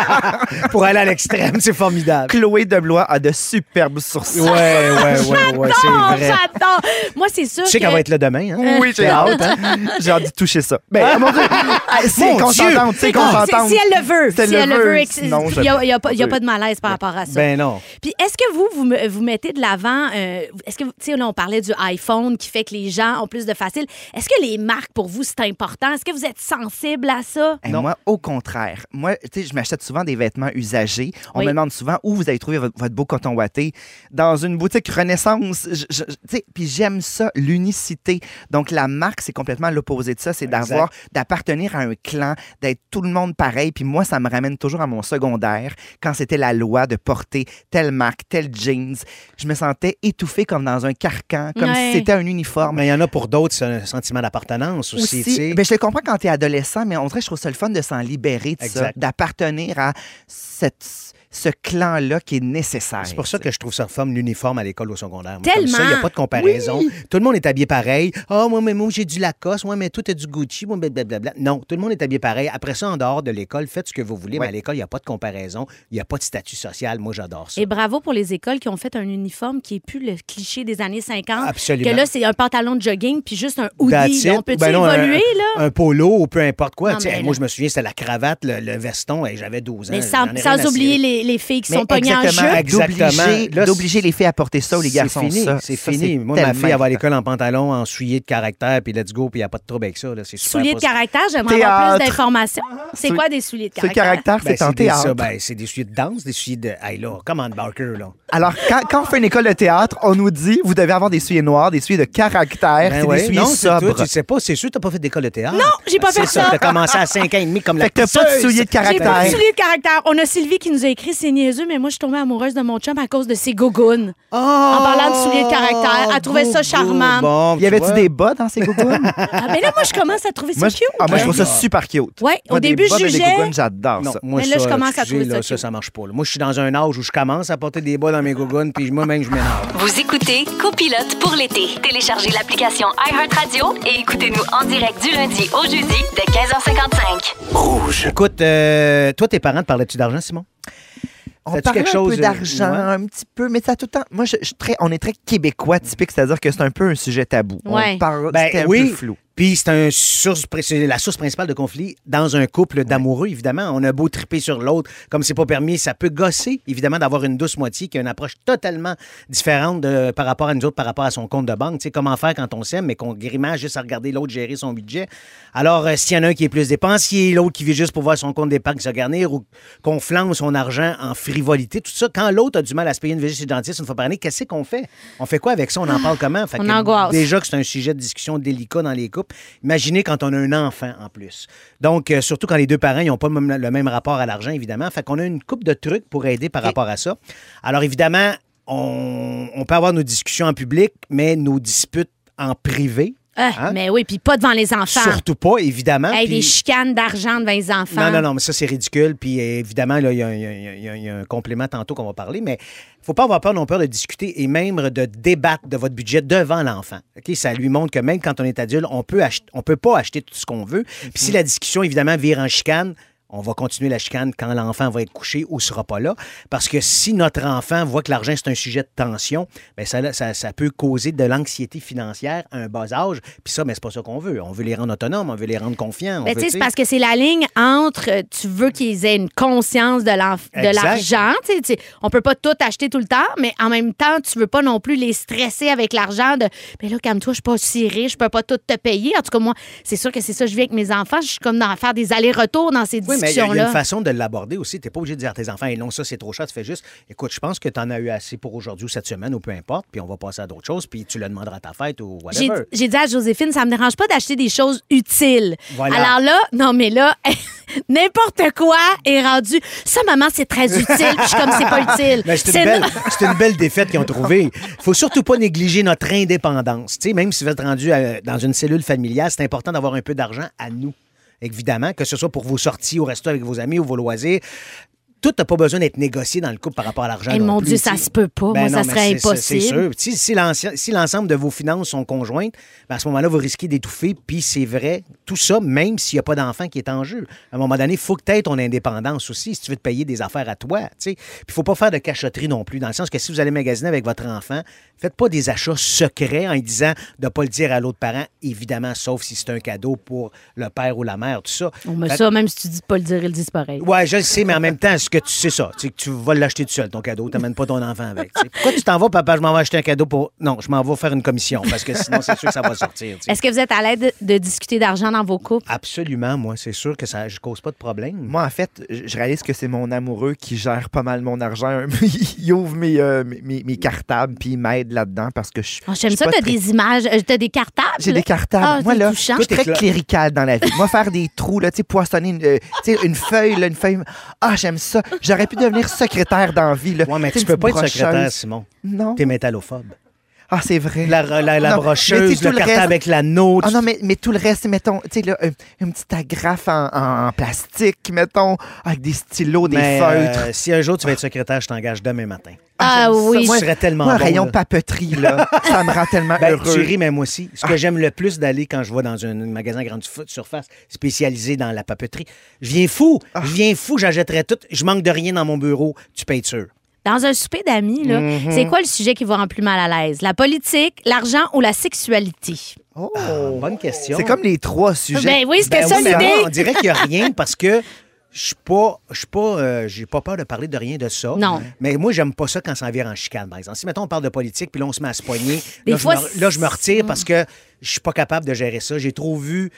Speaker 1: Pour aller à l'extrême, c'est formidable.
Speaker 3: Chloé Deblois a de superbes sourcils.
Speaker 1: Ouais, ouais, ouais, ouais, c'est
Speaker 2: Oh,
Speaker 1: vrai.
Speaker 2: j'adore! Moi, c'est sûr
Speaker 1: Tu sais
Speaker 2: que...
Speaker 1: qu'elle va être là demain, hein?
Speaker 3: Oui, j'ai hâte. hein. J'ai hâte de toucher ça. Ben, mon Dieu. C'est
Speaker 1: Mon
Speaker 3: qu'on
Speaker 1: Dieu.
Speaker 3: s'entende, c'est qu'on
Speaker 2: C'est-
Speaker 3: s'entende.
Speaker 2: Si elle le veut.
Speaker 3: Si elle le veut,
Speaker 2: et que-
Speaker 3: sinon, je-
Speaker 2: il n'y a, il y a pas il y a pas de malaise par rapport à ça.
Speaker 1: Ben non.
Speaker 2: Puis est-ce que vous, vous, me- vous mettez de l'avant, euh, est-ce que, vous- tu sais, là, on parlait du iPhone qui fait que les gens ont plus de facile. Est-ce que les marques, pour vous, c'est important? Est-ce que vous êtes sensible à ça?
Speaker 3: Eh, Moi, au contraire. Moi, tu sais, je m'achète souvent des vêtements usagés. On
Speaker 2: Oui.
Speaker 3: me demande souvent où vous avez trouvé votre, votre beau coton watté. Dans une boutique Renaissance. Je- je- tu sais, Puis j'aime ça, l'unicité. Donc, la marque, c'est complètement l'opposé de ça. C'est
Speaker 1: Exact.
Speaker 3: d'avoir, d'appartenir à un clan, d'être tout le monde pareil. Puis moi, ça me ramène toujours à mon secondaire, quand c'était la loi de porter telle marque, tel jeans. Je me sentais étouffée comme dans un carcan, comme
Speaker 2: Ouais.
Speaker 3: si c'était un
Speaker 2: Euh,
Speaker 3: uniforme.
Speaker 1: Mais il y en a pour d'autres, c'est un sentiment d'appartenance aussi,
Speaker 3: Aussi,
Speaker 1: tu sais.
Speaker 3: ben, je le comprends quand tu es adolescent, mais on dirait que je trouve ça le fun de s'en libérer de ça,
Speaker 1: Exact.
Speaker 3: d'appartenir à cette- ce clan-là qui est nécessaire.
Speaker 1: C'est pour ça que je trouve ça forme l'uniforme à l'école au secondaire. Moi,
Speaker 2: Tellement.
Speaker 1: Comme ça, il n'y a pas de comparaison. Tout le monde est habillé pareil. Ah, moi, mais moi, j'ai du Lacoste. Moi, mais toi, t'as du Gucci. Moi, blablabla. Non, tout le monde est habillé pareil. Après ça, en dehors de l'école, faites ce que vous voulez,
Speaker 3: Ouais.
Speaker 1: mais à l'école, il n'y a pas de comparaison. Il n'y a pas de statut social. Moi, j'adore ça.
Speaker 2: Et bravo pour les écoles qui ont fait un uniforme qui n'est plus le cliché des années 50.
Speaker 1: Absolument.
Speaker 2: Que là, c'est un pantalon de jogging puis juste un
Speaker 1: That's
Speaker 2: hoodie.
Speaker 1: it.
Speaker 2: On peut-tu
Speaker 1: Ben non, un-
Speaker 2: évoluer, là?
Speaker 1: Un, polo ou peu importe quoi.
Speaker 2: Non,
Speaker 1: Tu sais,
Speaker 2: mais
Speaker 1: hey,
Speaker 2: là-
Speaker 1: moi, je me souviens, c'était la cravate, le, le veston. Hey, J'avais 12 ans.
Speaker 2: Mais sans,
Speaker 1: J'en ai
Speaker 2: sans
Speaker 1: rien à
Speaker 2: oublier
Speaker 1: cirer.
Speaker 2: les, les filles qui
Speaker 3: Mais
Speaker 2: sont pognées en
Speaker 3: exactement,
Speaker 2: jupe.
Speaker 1: Exactement.
Speaker 3: d'obliger-
Speaker 1: Là,
Speaker 3: D'obliger les filles à porter ça ou les garçons
Speaker 1: C'est fini,
Speaker 3: ça.
Speaker 1: c'est
Speaker 3: Ça,
Speaker 1: fini. Moi, ma
Speaker 3: tellement
Speaker 1: fille, elle va à
Speaker 3: important.
Speaker 1: l'école en pantalon, en soulier de caractère, puis let's go, puis il n'y a pas de trouble avec ça. là. C'est super
Speaker 2: Souliers de
Speaker 1: possible.
Speaker 2: caractère, j'aimerais avoir plus
Speaker 3: Théâtre.
Speaker 2: d'informations. C'est
Speaker 3: Sou-
Speaker 2: quoi des souliers de
Speaker 3: Ce
Speaker 2: caractère?
Speaker 3: caractère,
Speaker 1: Ben,
Speaker 3: Ah, c'est en
Speaker 1: des-
Speaker 3: théâtre.
Speaker 1: ça, ben, c'est des sujets de danse, des sujets de. Hey là, comment Barker, là?
Speaker 3: Alors, quand, quand on fait une école de théâtre, on nous dit vous devez avoir des souliers noirs, des souliers de caractère,
Speaker 1: Ben
Speaker 3: Eh, c'est
Speaker 1: ouais,
Speaker 3: des souliers
Speaker 1: non, c'est
Speaker 3: sobres.
Speaker 1: toi, tu sais pas, c'est sûr, t'as pas fait d'école de théâtre. Non,
Speaker 2: j'ai pas fait ça.
Speaker 1: T'as commencé à 5 ans et demi comme la
Speaker 3: Fait que t'as pas de
Speaker 1: pisseuse.
Speaker 3: souliers de
Speaker 2: J'ai pas de
Speaker 3: caractère.
Speaker 2: souliers de caractère. On a Sylvie qui nous a écrit C'est niaiseux, mais moi, je suis tombée amoureuse de mon chum à cause de ses gougounes. en parlant de souliers de caractère, elle trouvait ça
Speaker 3: Oh,
Speaker 1: Gougou.
Speaker 2: charmant.
Speaker 1: Bon,
Speaker 3: Y avait-tu
Speaker 1: vois.
Speaker 3: des bas dans ces gougounes?
Speaker 2: Ah, mais là, moi, je commence à trouver ça
Speaker 3: moi, je-
Speaker 2: cute.
Speaker 3: ah, moi, je trouve ça
Speaker 1: hein?
Speaker 3: super cute.
Speaker 2: Ouais, au
Speaker 3: Moi, des
Speaker 2: début, je
Speaker 3: bas, mais des
Speaker 2: jugeais.
Speaker 3: gougounes, j'adore
Speaker 1: Non,
Speaker 3: ça.
Speaker 1: moi,
Speaker 2: Mais là,
Speaker 1: ça,
Speaker 2: je commence à trouver
Speaker 1: excusez,
Speaker 2: ça
Speaker 1: là, ça,
Speaker 2: cute.
Speaker 1: ça marche pas. là. Moi, je suis dans un âge où je commence à porter des bas dans mes gougounes, puis moi-même, je m'énerve.
Speaker 4: Vous écoutez Copilote pour l'été. Téléchargez l'application iHeartRadio et écoutez-nous en direct du lundi au jeudi de 15h55.
Speaker 5: Rouge.
Speaker 1: Écoute, euh, toi, tes parents te parlaient-tu d'argent, Simon?
Speaker 3: On
Speaker 1: T'as-tu
Speaker 3: parle
Speaker 1: quelque
Speaker 3: un
Speaker 1: chose,
Speaker 3: peu
Speaker 1: euh,
Speaker 3: d'argent,
Speaker 1: ouais?
Speaker 3: un petit peu, mais ça tout le temps. Moi, je, je suis très, on est très québécois typique, c'est-à-dire que c'est un peu un sujet tabou.
Speaker 2: Ouais.
Speaker 3: On parle,
Speaker 1: Ben,
Speaker 3: c'était un
Speaker 1: oui.
Speaker 3: peu flou.
Speaker 1: Puis c'est un source, pri- c'est la source principale de conflit dans un couple d'amoureux, évidemment. On a beau triper sur l'autre, comme c'est pas permis, ça peut gosser, évidemment, d'avoir une douce moitié qui a une approche totalement différente de, par rapport à nous autres, par rapport à son compte de banque. Tu sais, comment faire quand on s'aime, mais qu'on grimace juste à regarder l'autre gérer son budget. Alors, euh, s'il y en a un qui est plus dépensier, l'autre qui vit juste pour voir son compte d'épargne se garnir ou qu'on flambe son argent en frivolité, tout ça, quand l'autre a du mal à se payer une visite chez le dentiste une fois par année, qu'est-ce qu'on fait? On fait quoi avec ça? On en parle comment? Fait
Speaker 2: on
Speaker 1: que
Speaker 2: angoisse.
Speaker 1: déjà, déjà que c'est un sujet de discussion délicat dans les couples. Imaginez quand on a un enfant en plus. Donc, euh, surtout quand les deux parents n'ont pas le même- le même rapport à l'argent, évidemment. Fait qu'on a une coupe de trucs pour aider par rapport à ça. Alors, évidemment, on, on peut avoir nos discussions en public, mais nos disputes en privé,
Speaker 2: Ah,
Speaker 1: Hein?
Speaker 2: Mais oui, puis pas devant les enfants.
Speaker 1: surtout pas,
Speaker 3: hein,
Speaker 1: évidemment.
Speaker 2: Hey,
Speaker 1: Puis-
Speaker 2: Des chicanes d'argent devant les enfants.
Speaker 1: non, non, non, mais ça, c'est ridicule. Puis euh, évidemment, là, il y, a un- il y a un- il y a un- il y a un complément tantôt qu'on va parler, mais il faut pas avoir peur non peur de discuter et même de débattre de votre budget devant l'enfant. OK? Ça lui montre que même quand on est adulte, on peut ach- on peut pas acheter tout ce qu'on veut. Puis
Speaker 2: Mhm.
Speaker 1: si la discussion, évidemment, vire en chicane, on va continuer la chicane quand l'enfant va être couché ou sera pas là. Parce que si notre enfant voit que l'argent, c'est un sujet de tension, ben ça, ça, ça peut causer de l'anxiété financière à un bas âge. Puis ça, mais c'est pas ça qu'on veut. On veut les rendre autonomes, on veut les rendre confiants. on
Speaker 2: Ben, tu
Speaker 1: veut,
Speaker 2: sais,
Speaker 1: tu
Speaker 2: c'est
Speaker 1: sais,
Speaker 2: parce que c'est la ligne entre euh, tu veux qu'ils aient une conscience de l'enf- de
Speaker 1: Exact.
Speaker 2: l'argent. tu sais, tu sais, On peut pas tout acheter tout le temps, mais en même temps, tu veux pas non plus les stresser avec l'argent de Mais là, calme-toi, je suis pas si riche, je peux pas tout te payer. En tout cas, moi, c'est sûr que c'est ça, je vis avec mes enfants. Je suis comme dans faire des allers-retours dans ces
Speaker 1: Oui, mais il y a- il y, a une
Speaker 2: discussions-là.
Speaker 1: façon de l'aborder aussi. Tu n'es pas obligé de dire à tes enfants, et non, ça, c'est trop cher. Tu fais juste, écoute, je pense que tu en as eu assez pour aujourd'hui ou cette semaine ou peu importe, puis on va passer à d'autres choses, puis tu le demanderas à ta fête ou
Speaker 2: J'ai-
Speaker 1: whatever.
Speaker 2: J'ai dit à Joséphine, ça me dérange pas d'acheter des choses utiles.
Speaker 1: Voilà.
Speaker 2: Alors là, non mais là, n'importe quoi est rendu. Ça, maman, c'est très utile. Puis Je suis comme c'est pas utile.
Speaker 1: Mais c'est
Speaker 2: C'est
Speaker 1: une, belle, c'est une belle défaite qu'ils ont trouvée. faut surtout pas négliger notre indépendance. Tu sais, même si vous êtes rendu euh, dans une cellule familiale, c'est important d'avoir un peu d'argent à nous. Évidemment, que ce soit pour vos sorties au resto avec vos amis ou vos loisirs. tout n'a pas besoin d'être négocié dans le couple par rapport à l'argent.
Speaker 2: Eh,
Speaker 1: non
Speaker 2: mon
Speaker 1: plus,
Speaker 2: Dieu,
Speaker 1: tu sais.
Speaker 2: ça se peut pas. Moi,
Speaker 1: Ben
Speaker 2: ça
Speaker 1: non, mais
Speaker 2: serait
Speaker 1: c'est- c'est-
Speaker 2: impossible.
Speaker 1: C'est sûr. Si, si l'ense- si l'ensemble de vos finances sont conjointes, ben à ce moment-là, vous risquez d'étouffer. Puis c'est vrai, tout ça, même s'il n'y a pas d'enfant qui est en jeu. À un moment donné, il faut que tu aies ton indépendance aussi si tu veux te payer des affaires à toi. tu sais. Puis il faut pas faire de cachotterie non plus, dans le sens que si vous allez magasiner avec votre enfant, faites pas des achats secrets en lui disant de ne pas le dire à l'autre parent, évidemment, sauf si c'est un cadeau pour le père ou la mère, tout ben, ça.
Speaker 2: On me
Speaker 1: Fait-
Speaker 2: ça, même si tu dis de pas le dire, ils disent pareil.
Speaker 1: Ouais, je le sais, mais en même temps, ce que tu sais ça, tu sais que tu vas l'acheter tout seul, ton cadeau, t'amènes pas ton enfant avec. tu sais. Pourquoi tu t'en vas, papa, je m'en vais acheter un cadeau pour. Non, je m'en vais faire une commission, parce que sinon, c'est sûr que ça va sortir. tu sais.
Speaker 2: Est-ce que vous êtes à l'aide de, de discuter d'argent dans vos couples?
Speaker 1: Absolument, moi, c'est sûr que ça, je cause pas de problème.
Speaker 3: Moi, en fait, je je réalise que c'est mon amoureux qui gère pas mal mon argent. il ouvre mes, euh, mes- mes, mes cartables puis il m'aide là-dedans parce que je suis.
Speaker 2: Oh,
Speaker 3: je
Speaker 2: J'aime
Speaker 3: suis
Speaker 2: ça,
Speaker 3: pas
Speaker 2: t'as
Speaker 3: très-
Speaker 2: des images, euh, t'as des cartables.
Speaker 3: J'ai des cartables.
Speaker 2: Ah,
Speaker 3: Moi,
Speaker 2: c'est
Speaker 3: là,
Speaker 2: touchant.
Speaker 3: je suis très
Speaker 1: Tout est cla-
Speaker 3: clérical dans la vie. Moi, faire des trous, là, tu sais, poissonner une, euh, tu sais, une feuille, là, une feuille. Ah, j'aime ça. J'aurais pu devenir secrétaire dans la vie, là.
Speaker 1: Ouais, mais tu
Speaker 3: sais, une
Speaker 1: peux pas être
Speaker 3: brocheuse.
Speaker 1: secrétaire, Simon.
Speaker 3: Non.
Speaker 1: T'es métallophobe.
Speaker 3: Ah, c'est vrai.
Speaker 1: La, la, la
Speaker 3: Non, mais tu sais,
Speaker 1: brocheuse,
Speaker 3: tout
Speaker 1: le
Speaker 3: le
Speaker 1: carton
Speaker 3: reste-
Speaker 1: avec l'anneau.
Speaker 3: Ah
Speaker 1: tu-
Speaker 3: non, mais, mais tout le reste, mettons, tu sais, là, un- une petite agrafe en, en plastique, mettons, avec des stylos, des
Speaker 1: Mais,
Speaker 3: feutres.
Speaker 1: euh, si un jour tu vas être secrétaire, je t'engage demain matin.
Speaker 2: Ah
Speaker 3: j'aime ça.
Speaker 2: oui.
Speaker 3: Moi,
Speaker 1: Tu serais tellement
Speaker 3: moi, un
Speaker 1: bon,
Speaker 3: rayon
Speaker 1: là.
Speaker 3: papeterie, là, ça me rend tellement
Speaker 1: Ben,
Speaker 3: heureux. Ah.
Speaker 1: tu ris, mais moi aussi. Ce que j'aime le plus d'aller quand je vais dans un magasin grande fu- surface spécialisé dans la papeterie, je viens fou.
Speaker 3: Ah.
Speaker 1: Je viens fou, j'achèterai tout. Je manque de rien dans mon bureau. Tu payes sûr.
Speaker 2: Dans un souper d'amis, là, c'est quoi le sujet qui vous rend plus mal à l'aise? La politique, l'argent ou la sexualité?
Speaker 3: Oh.
Speaker 1: Ah, Bonne question.
Speaker 3: C'est comme les trois sujets.
Speaker 2: Ben oui, c'était
Speaker 1: Ben
Speaker 2: ça
Speaker 1: oui, mais
Speaker 2: l'idée.
Speaker 1: on dirait qu'il n'y a rien parce que je suis pas, je suis pas, euh, j'ai pas peur de parler de rien de ça.
Speaker 2: Non.
Speaker 1: Mais moi, j'aime pas ça quand ça en vire en chicane, par exemple. Si, mettons, on parle de politique, puis là, on se met à se poigner.
Speaker 2: Des
Speaker 1: là,
Speaker 2: fois,
Speaker 1: je me, là, je me retire parce que je suis pas capable de gérer ça. J'ai trop vu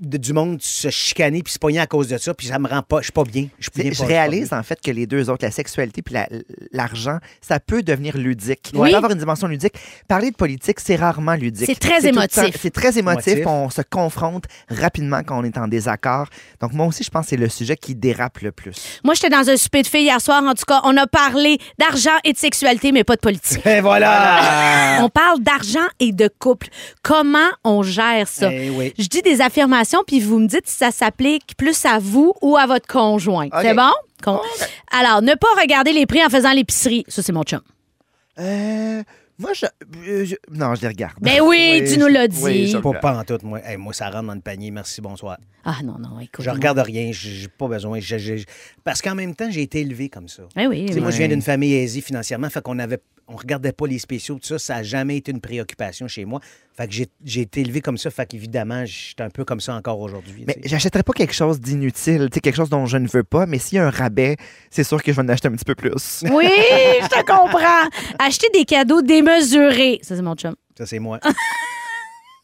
Speaker 1: de- du monde se chicaner puis se poigner à cause de ça, puis ça me rend pas, je suis pas bien. Je suis
Speaker 3: Tu sais,
Speaker 1: bien
Speaker 3: Je
Speaker 1: pas-
Speaker 3: réalise
Speaker 1: pas
Speaker 3: en fait que les deux autres, la sexualité puis la- l'argent, ça peut devenir ludique.
Speaker 2: Oui.
Speaker 3: On peut avoir une dimension ludique. Parler de politique, c'est rarement ludique.
Speaker 2: C'est très
Speaker 3: tout le temps-
Speaker 2: émotif.
Speaker 3: C'est très émotif.
Speaker 1: Émotif.
Speaker 3: On se confronte rapidement quand on est en désaccord. Donc moi aussi, je pense que c'est le sujet qui dérape le plus.
Speaker 2: Moi, j'étais dans un souper de filles hier soir. En tout cas, on a parlé d'argent et de sexualité, mais pas de politique.
Speaker 1: bien. Et voilà!
Speaker 2: On parle d'argent et de couple. Comment on gère ça?
Speaker 1: Eh oui.
Speaker 2: Je dis des affirmations, puis vous me dites si ça s'applique plus à vous ou à votre conjoint.
Speaker 3: OK.
Speaker 2: C'est bon? Con- Alors, ne pas regarder les prix en faisant l'épicerie. Ça, c'est mon chum.
Speaker 3: Euh, moi, je, euh, je- non, je les regarde.
Speaker 2: Ben oui, tu nous l'as dit.
Speaker 3: oui, je
Speaker 1: Pas,
Speaker 3: regarde.
Speaker 1: pas en tout, moi. Hey, moi, ça rentre dans le panier. Merci, bonsoir.
Speaker 2: Ah non, non, écoute.
Speaker 1: Je regarde rien, j'ai j'ai pas besoin. Je- je- je- Parce qu'en même temps, j'ai été élevé comme ça.
Speaker 2: Eh oui,
Speaker 1: Tu sais,
Speaker 2: oui.
Speaker 1: Moi, je viens d'une famille aisée financièrement, fait qu'on avait on regardait pas les spéciaux, tout ça, ça n'a jamais été une préoccupation chez moi. Fait que j'ai j'ai été élevé comme ça, fait qu'évidemment, je suis un peu comme ça encore aujourd'hui.
Speaker 3: Mais
Speaker 1: tu sais.
Speaker 3: j'achèterais pas quelque chose d'inutile, tu sais, quelque chose dont je ne veux pas, mais s'il y a un rabais, c'est sûr que je vais en acheter un petit peu plus.
Speaker 2: Oui, je te comprends. Acheter des cadeaux démesurés. Ça, c'est mon chum.
Speaker 1: Ça, c'est moi.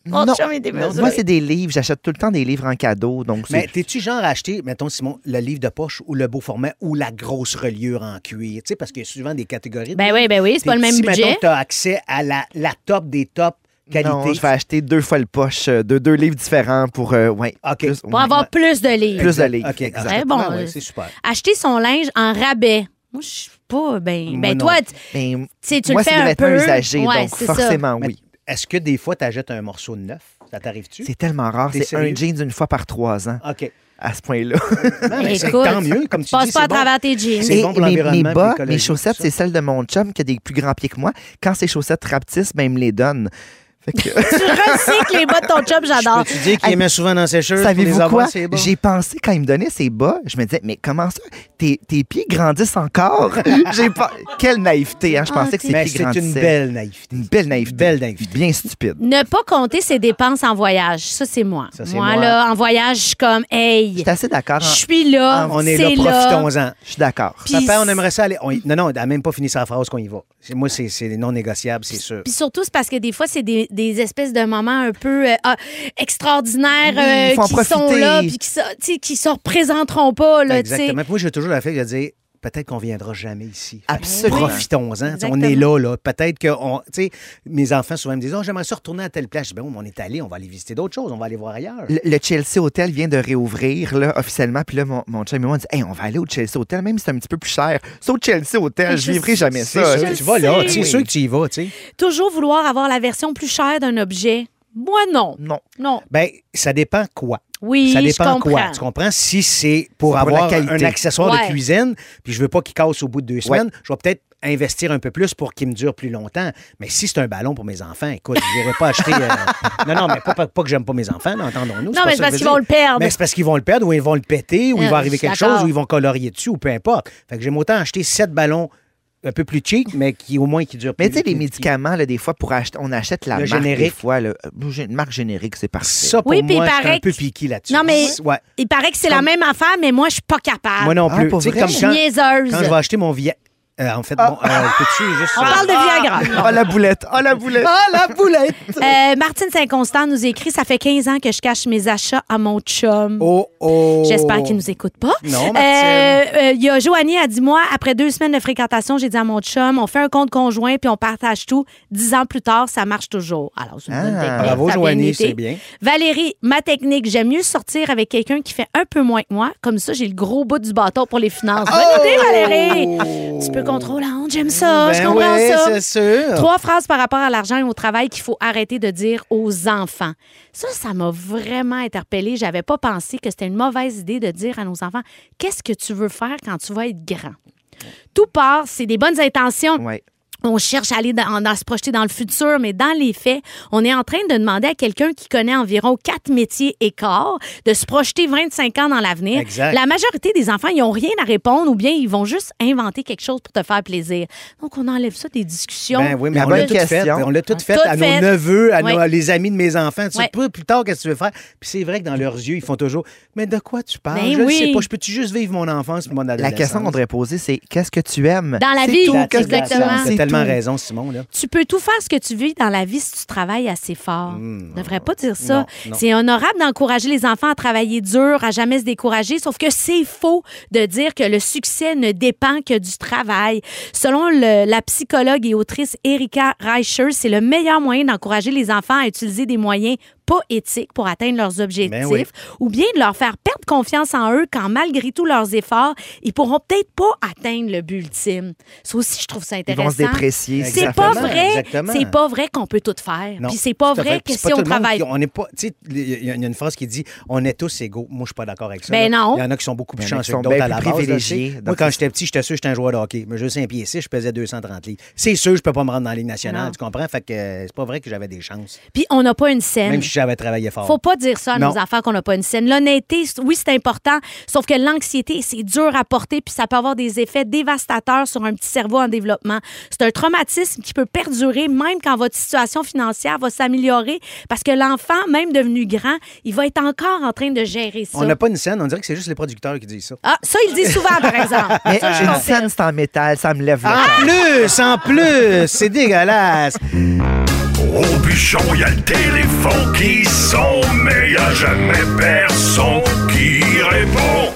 Speaker 2: Mon
Speaker 3: Non.
Speaker 2: chum est
Speaker 3: Non,
Speaker 2: démesuré.
Speaker 3: moi, c'est des livres. J'achète tout le temps des livres en cadeau. Donc,
Speaker 1: Mais
Speaker 3: c'est-
Speaker 1: t'es-tu genre à acheter, mettons, Simon, le livre de poche ou le beau format ou la grosse reliure en cuir? Tu sais, parce qu'il y a souvent des catégories. de
Speaker 2: Ben
Speaker 1: livres.
Speaker 2: oui, ben oui, c'est pas le
Speaker 1: T'es-
Speaker 2: même
Speaker 1: si,
Speaker 2: budget.
Speaker 1: mettons, tu as accès à la, la top des tops qualité.
Speaker 3: Non, je vais acheter deux fois le poche euh, de deux livres différents pour. euh, ouais,
Speaker 1: OK.
Speaker 3: plus-
Speaker 2: Pour
Speaker 3: ouais.
Speaker 2: avoir plus de livres.
Speaker 3: Plus de livres.
Speaker 1: OK,
Speaker 3: Exact.
Speaker 2: Eh,
Speaker 1: ah,
Speaker 2: bon,
Speaker 1: ah ouais,
Speaker 2: euh,
Speaker 1: c'est super.
Speaker 2: Acheter son linge en rabais. Moi, je suis pas. Ben,
Speaker 1: Moi
Speaker 2: ben
Speaker 1: non.
Speaker 2: toi, tu tu
Speaker 3: Ben,
Speaker 2: sais, tu
Speaker 3: moi,
Speaker 2: le fais
Speaker 3: c'est des
Speaker 2: un
Speaker 3: vêtements
Speaker 2: peu.
Speaker 3: usagés,
Speaker 2: Ouais,
Speaker 3: donc
Speaker 2: c'est ça.
Speaker 3: forcément,
Speaker 1: Mais
Speaker 3: oui.
Speaker 1: Est-ce que des fois, tu achètes un morceau de neuf? Ça t'arrive-tu?
Speaker 3: C'est tellement rare.
Speaker 1: T'es
Speaker 3: C'est un
Speaker 1: sérieux?
Speaker 3: jean une fois par trois ans,
Speaker 1: OK.
Speaker 3: à ce point-là.
Speaker 1: Non, mais c'est
Speaker 2: Écoute,
Speaker 1: tant mieux, comme tu
Speaker 2: Passe
Speaker 1: dis,
Speaker 2: pas
Speaker 1: c'est
Speaker 2: à
Speaker 1: bon.
Speaker 2: travers tes jeans.
Speaker 1: C'est
Speaker 3: Et
Speaker 1: bon pour
Speaker 3: mes, mes
Speaker 1: l'environnement, puis
Speaker 3: bas, mes
Speaker 1: l'écologie,
Speaker 3: chaussettes,
Speaker 1: tout ça.
Speaker 3: c'est celles de mon chum qui a des plus grands pieds que moi. Quand ses chaussettes rapetissent, ben, il me les donne. Fait que-
Speaker 2: tu recycles les bas de ton chum, j'adore.
Speaker 1: Peux-tu dire qu'il
Speaker 3: Hey,
Speaker 1: aimait souvent dans ses cheveux?
Speaker 3: Savez-vous quoi?
Speaker 1: J'ai
Speaker 3: J'ai pensé quand il me donnait ses bas, je me disais, mais comment ça? Tes, tes pieds grandissent encore? J'ai pas... Quelle naïveté, hein? Je
Speaker 2: Ah,
Speaker 3: pensais que ses
Speaker 1: Mais
Speaker 3: pieds
Speaker 1: c'est
Speaker 3: grandissaient.
Speaker 1: une belle naïveté.
Speaker 3: Une belle naïveté.
Speaker 1: Belle naïveté.
Speaker 3: Bien stupide.
Speaker 2: Ne pas compter ses dépenses en voyage. Ça, c'est moi.
Speaker 1: Ça, c'est
Speaker 2: moi,
Speaker 1: moi.
Speaker 2: là, en voyage, je suis comme,
Speaker 3: Je
Speaker 2: hey,
Speaker 3: suis assez d'accord.
Speaker 2: je
Speaker 3: hein?
Speaker 2: suis là.
Speaker 1: Ah, On est
Speaker 2: c'est
Speaker 1: là, profitons-en.
Speaker 3: Je suis d'accord.
Speaker 2: Puis-
Speaker 1: Papa, on aimerait ça aller. on y- Non, non, elle n'a même pas fini sa phrase qu'on y va. C'est- Moi, c'est c'est non négociable, c'est sûr.
Speaker 2: Puis surtout, c'est parce que des fois, c'est des, des espèces de moments un peu euh, ah, extraordinaires
Speaker 3: Oui, il
Speaker 2: euh,
Speaker 3: faut en
Speaker 2: qui sont
Speaker 3: profiter.
Speaker 2: là, puis qui, so- tu sais, qui se représenteront pas. Là, tu sais.
Speaker 1: Ben,
Speaker 2: Ah,
Speaker 1: Exactement. Puis Moi, j'ai toujours la fête de dire peut-être qu'on viendra jamais ici. Fait que
Speaker 3: Absolument.
Speaker 1: Profitons-en. T'sais, On est là, là. Peut-être que on, t'sais, mes enfants souvent me disent oh, j'aimerais ça retourner à telle place. Je dis ben, oui, mais on est allé, on va aller visiter d'autres choses, on va aller voir ailleurs.
Speaker 3: Le, le Chelsea Hotel vient de réouvrir là, officiellement. Puis là, mon, mon chum et moi, on dit Hey, on va aller au Chelsea Hotel, même si c'est un petit peu plus cher. C'est au Chelsea Hotel, je
Speaker 2: Je
Speaker 3: vivrai jamais
Speaker 1: C'est
Speaker 3: ça.
Speaker 1: sûr,
Speaker 2: je
Speaker 1: tu vas là.
Speaker 2: sais.
Speaker 1: C'est
Speaker 3: Oui.
Speaker 1: sûr que tu y vas. tu sais.
Speaker 2: Toujours vouloir avoir la version plus chère d'un objet. Moi, non.
Speaker 3: Non.
Speaker 2: Non.
Speaker 1: Ben, ça dépend quoi.
Speaker 2: Oui,
Speaker 1: ça
Speaker 2: je
Speaker 1: dépend
Speaker 2: comprends.
Speaker 1: quoi. Tu comprends? Si c'est pour
Speaker 3: C'est pour
Speaker 1: avoir
Speaker 3: la
Speaker 1: un
Speaker 3: qualité.
Speaker 1: accessoire
Speaker 2: Ouais.
Speaker 1: de cuisine, puis je veux pas qu'il casse au bout de deux semaines, je vais peut-être investir un peu plus pour qu'il me dure plus longtemps. Mais si c'est un ballon pour mes enfants, écoute, je n'irai pas acheter... euh, Non, non, mais pas, pas- pas que j'aime pas mes enfants, là, entendons-nous.
Speaker 2: Non, mais c'est
Speaker 1: ça
Speaker 2: parce
Speaker 1: que je
Speaker 2: qu'ils
Speaker 1: veux
Speaker 2: vont le
Speaker 1: dire.
Speaker 2: perdre.
Speaker 1: Mais c'est parce qu'ils vont le perdre, ou ils vont le péter, ou
Speaker 2: Euh,
Speaker 1: il va arriver
Speaker 2: je suis
Speaker 1: quelque chose,
Speaker 2: d'accord.
Speaker 1: ou ils vont colorier dessus, ou peu importe. Fait que j'aime autant acheter sept ballons un peu plus cheap, mais qui au moins qui durent
Speaker 3: Mais
Speaker 1: plus
Speaker 3: tu sais, les
Speaker 1: qui-
Speaker 3: médicaments, là, des fois, pour acheter, on achète la
Speaker 1: Le
Speaker 3: marque. Des
Speaker 1: générique.
Speaker 3: fois, là, Euh, j'ai une marque générique, c'est parfait.
Speaker 1: Ça, pour
Speaker 2: Oui, puis il
Speaker 1: moi, je suis
Speaker 2: paraît
Speaker 1: un peu
Speaker 2: que-
Speaker 1: piqué là-dessus.
Speaker 2: Non, mais-
Speaker 1: Ouais.
Speaker 2: Il paraît que c'est la même affaire, mais moi, je suis pas capable.
Speaker 1: Moi non
Speaker 3: Ah,
Speaker 1: plus.
Speaker 3: pour
Speaker 1: Tu sais,
Speaker 3: vrai?
Speaker 1: comme
Speaker 2: Je suis
Speaker 1: quand-
Speaker 2: niaiseuse.
Speaker 1: Quand je vais acheter mon Viagra. en fait, bon, euh, peux-tu juste.
Speaker 2: On parle de Viagra.
Speaker 3: Ah, la boulette! Ah, la boulette!
Speaker 1: Ah, la boulette!
Speaker 2: Euh, Martine Saint-Constant nous écrit Ça fait 15 ans que je cache mes achats à mon chum.
Speaker 1: Oh, oh.
Speaker 2: J'espère qu'il nous écoute pas.
Speaker 1: Non, Martine.
Speaker 2: Euh, euh, Il y a Joanie a dit Moi, après deux semaines de fréquentation, j'ai dit à mon chum On fait un compte conjoint puis on partage tout. Dix ans plus tard, ça marche toujours. Alors, c'est une
Speaker 3: Ah,
Speaker 2: bonne technique.
Speaker 1: bravo,
Speaker 2: Ça a bien
Speaker 1: Joanie,
Speaker 2: été.
Speaker 1: c'est bien.
Speaker 2: Valérie, ma technique J'aime mieux sortir avec quelqu'un qui fait un peu moins que moi. Comme ça, j'ai le gros bout du bâton pour les finances.
Speaker 1: Oh!
Speaker 2: Bonne idée, Valérie Tu peux contrôler la honte, j'aime ça. je
Speaker 1: Ben
Speaker 2: comprends
Speaker 1: oui,
Speaker 2: ça.
Speaker 1: c'est sûr.
Speaker 2: Trois phrases par rapport à l'argent et au travail qu'il faut arrêter de dire aux enfants. Ça, ça m'a vraiment interpellée. J'avais pas pensé que c'était une mauvaise idée de dire à nos enfants qu'est-ce que tu veux faire quand tu vas être grand. Tout part, c'est des bonnes intentions.
Speaker 3: Ouais.
Speaker 2: On cherche à aller dans, à se projeter dans le futur, mais dans les faits, on est en train de demander à quelqu'un qui connaît environ quatre métiers et quart de se projeter 25 ans dans l'avenir.
Speaker 1: Exact.
Speaker 2: La majorité des enfants, ils n'ont rien à répondre ou bien ils vont juste inventer quelque chose pour te faire plaisir. Donc, on enlève ça des discussions.
Speaker 1: Ben oui, mais
Speaker 3: La
Speaker 1: on
Speaker 3: bonne
Speaker 1: l'a tout
Speaker 3: question.
Speaker 1: fait. On l'a tout fait
Speaker 2: Ah. Tout
Speaker 1: à
Speaker 2: fait.
Speaker 1: nos neveux, à
Speaker 2: Ouais.
Speaker 1: nos- les amis de mes enfants. Tu
Speaker 2: Ouais.
Speaker 1: sais, plus- plus tard, qu'est-ce que tu veux faire? Puis c'est vrai que dans leurs yeux, ils font toujours Mais de quoi tu parles?
Speaker 2: Ben
Speaker 1: je le
Speaker 2: oui.
Speaker 1: sais pas. Je peux-tu juste vivre mon enfance et mon adolescence?
Speaker 3: La question qu'on devrait poser, c'est qu'est-ce que tu aimes?
Speaker 2: Dans la
Speaker 3: C'est
Speaker 2: vie,
Speaker 3: tout,
Speaker 2: la-
Speaker 3: qu'est-ce que tu
Speaker 2: exactement.
Speaker 3: aimes,
Speaker 1: Tu
Speaker 3: c'est
Speaker 1: as tellement
Speaker 3: tout.
Speaker 1: raison, Simon. Là.
Speaker 2: Tu peux tout faire ce que tu veux dans la vie si tu travailles assez fort. On ne devrait pas dire ça.
Speaker 1: Hmm. Non, non.
Speaker 2: C'est honorable d'encourager les enfants à travailler dur, à jamais se décourager, sauf que c'est faux de dire que le succès ne dépend que du travail. Selon le- la psychologue et autrice Erika Reicher, c'est le meilleur moyen d'encourager les enfants à utiliser des moyens pas éthiques pour atteindre leurs objectifs
Speaker 1: Ben oui.
Speaker 2: ou bien de leur faire perdre confiance en eux quand malgré tous leurs efforts, ils pourront peut-être pas atteindre le but ultime. Ça aussi, je trouve ça
Speaker 3: Ils
Speaker 2: intéressant.
Speaker 3: vont se déprécier.
Speaker 2: C'est pas
Speaker 1: Exactement,
Speaker 2: vrai.
Speaker 1: exactement.
Speaker 2: C'est pas vrai qu'on peut tout faire.
Speaker 1: Non,
Speaker 2: Puis c'est pas
Speaker 1: tout à
Speaker 2: vrai
Speaker 1: fait.
Speaker 2: que
Speaker 1: Puis c'est
Speaker 2: si
Speaker 1: pas
Speaker 2: on
Speaker 1: tout le monde
Speaker 2: travaille.
Speaker 1: qui- on n'est pas. Tu sais, il y a- il y, a une phrase qui dit on est tous égaux. Moi, je suis pas d'accord avec ça.
Speaker 2: Ben
Speaker 1: là.
Speaker 2: non.
Speaker 1: Il y en a qui sont beaucoup plus
Speaker 3: Il y en a qui
Speaker 1: chanceux
Speaker 3: sont
Speaker 1: que d'autres
Speaker 3: bien
Speaker 1: à la
Speaker 3: plus
Speaker 1: base. là, tu sais.
Speaker 3: privilégiés.
Speaker 1: Moi,
Speaker 3: Donc,
Speaker 1: quand
Speaker 3: c'est-
Speaker 1: j'étais petit, j'étais sûr que j'étais un joueur de hockey. Mais je suis un pied 6, je pesais 230 livres. C'est sûr, je peux pas me rendre dans la Ligue nationale.
Speaker 2: Non.
Speaker 1: Tu comprends? Fait que euh, c'est pas vrai que j'avais des chances.
Speaker 2: Puis on n'a pas une scène.
Speaker 1: Même si j'avais travaillé fort.
Speaker 2: Ben, Faut pas dire ça à
Speaker 1: Non.
Speaker 2: nos enfants qu'on n'a pas une scène. L'honnêteté, c- oui, c'est important, sauf que l'anxiété, c'est dur à porter, puis ça peut avoir des effets dévastateurs sur un petit cerveau en développement. C'est un traumatisme qui peut perdurer même quand votre situation financière va s'améliorer, parce que l'enfant, même devenu grand, il va être encore en train de gérer ça.
Speaker 1: On n'a pas une scène. On dirait que c'est juste les producteurs qui disent ça.
Speaker 2: Ah, ça, il le dit souvent, par exemple.
Speaker 3: Mais
Speaker 2: Ça, je
Speaker 3: une
Speaker 2: confirme.
Speaker 3: scène, c'est en métal, ça me lève le
Speaker 2: Ah!
Speaker 1: En plus, en plus, c'est dégueulasse.
Speaker 6: Au bûchon, y a le téléphone qui sonne, mais y a jamais personne qui répond.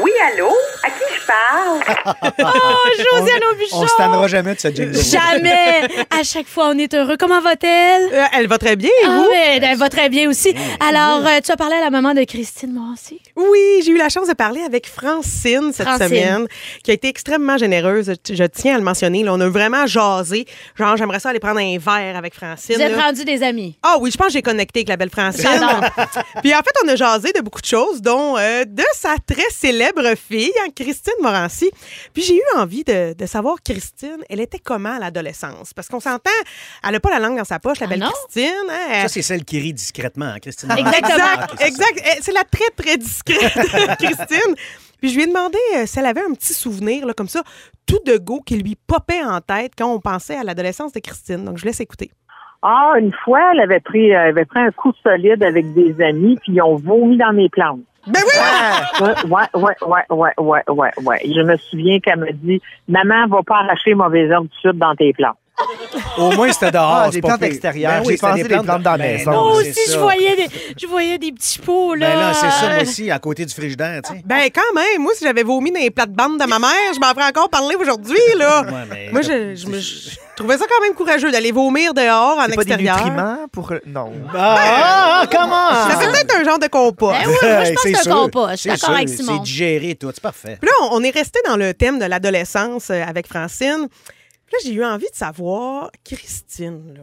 Speaker 7: Oui, allô? À qui je parle?
Speaker 2: Oh, Josiane
Speaker 1: On
Speaker 2: Aubuchon!
Speaker 1: se tannera jamais de ce jingle.
Speaker 2: Jamais! À chaque fois, on est heureux. Comment va-t-elle?
Speaker 8: Euh, elle va très bien, et
Speaker 2: Ah,
Speaker 8: vous?
Speaker 2: ouais, elle va très bien
Speaker 1: Ah,
Speaker 2: aussi. Alors, euh, tu as parlé à la maman de Christine Morassi?
Speaker 8: Oui, j'ai eu la chance de parler avec Francine cette
Speaker 2: Francine.
Speaker 8: semaine, qui a été extrêmement généreuse. Je- Je tiens à le mentionner. là. on a vraiment jasé. Genre, j'aimerais ça aller prendre un verre avec Francine.
Speaker 2: Vous êtes
Speaker 8: là.
Speaker 2: rendus des amis.
Speaker 8: Ah oui, je pense que j'ai connecté avec la belle Francine.
Speaker 2: J'adore.
Speaker 8: Puis en fait, on a jasé de beaucoup de choses, dont euh, de sa très célèbre fille, hein, Christine Morancy. Puis j'ai eu envie de, de savoir, Christine, elle était comment à l'adolescence? Parce qu'on s'entend, elle n'a pas la langue dans sa poche, la
Speaker 2: Ah
Speaker 8: belle
Speaker 2: non?
Speaker 8: Christine. hein, elle-
Speaker 1: Ça, c'est celle qui rit discrètement, hein, Christine.
Speaker 8: Exact,
Speaker 1: Ah, ok, c'est ça.
Speaker 8: exact. Eh, C'est la très, très discrète Christine. Puis je lui ai demandé euh, si elle avait un petit souvenir, là, comme ça, tout de go qui lui popait en tête quand on pensait à l'adolescence de Christine. Donc, je laisse écouter.
Speaker 7: Ah, une fois, elle avait pris, elle avait pris un coup solide avec des amis, puis ils ont vomi dans mes plantes.
Speaker 8: Ben oui!
Speaker 7: Ouais, ouais, ouais, ouais, ouais, ouais, ouais, ouais. Je me souviens qu'elle me dit, maman, va pas arracher mauvais herbes du sud dans tes plantes.
Speaker 1: Au moins, c'était dehors.
Speaker 3: Ah, des
Speaker 1: c'est pas
Speaker 3: plantes
Speaker 1: pire.
Speaker 3: extérieures.
Speaker 1: Ben
Speaker 3: J'ai
Speaker 1: oui, c'était
Speaker 3: pensé des plantes dans la
Speaker 1: Ben
Speaker 3: maison.
Speaker 1: non,
Speaker 2: Moi
Speaker 1: c'est
Speaker 2: aussi,
Speaker 1: ça.
Speaker 2: je voyais, des, je voyais des petits pots, là.
Speaker 1: Ben là, c'est ça, moi aussi, à côté du frigidaire, tu sais.
Speaker 8: Ben quand même, moi, si j'avais vomi dans les plates-bandes de ma mère, je m'en ferais encore parler aujourd'hui, là.
Speaker 1: Ouais, mais-
Speaker 8: moi, je, je me- je trouvais ça quand même courageux d'aller vomir dehors, en
Speaker 3: C'est pas des
Speaker 8: extérieur.
Speaker 3: nutriments pour. Non.
Speaker 1: Ah, ah, ah,
Speaker 8: Ça
Speaker 1: comment?
Speaker 8: fait peut-être un genre de compost.
Speaker 2: Ben oui, moi, je pense
Speaker 1: C'est
Speaker 2: que c'est un
Speaker 1: sûr,
Speaker 2: compas. Je suis
Speaker 1: c'est
Speaker 2: d'accord
Speaker 1: sûr,
Speaker 2: avec Simon.
Speaker 1: C'est digéré, tout. C'est parfait.
Speaker 8: Puis là, on on est resté dans le thème de l'adolescence euh, avec Francine. Puis là, j'ai eu envie de savoir, Christine, là,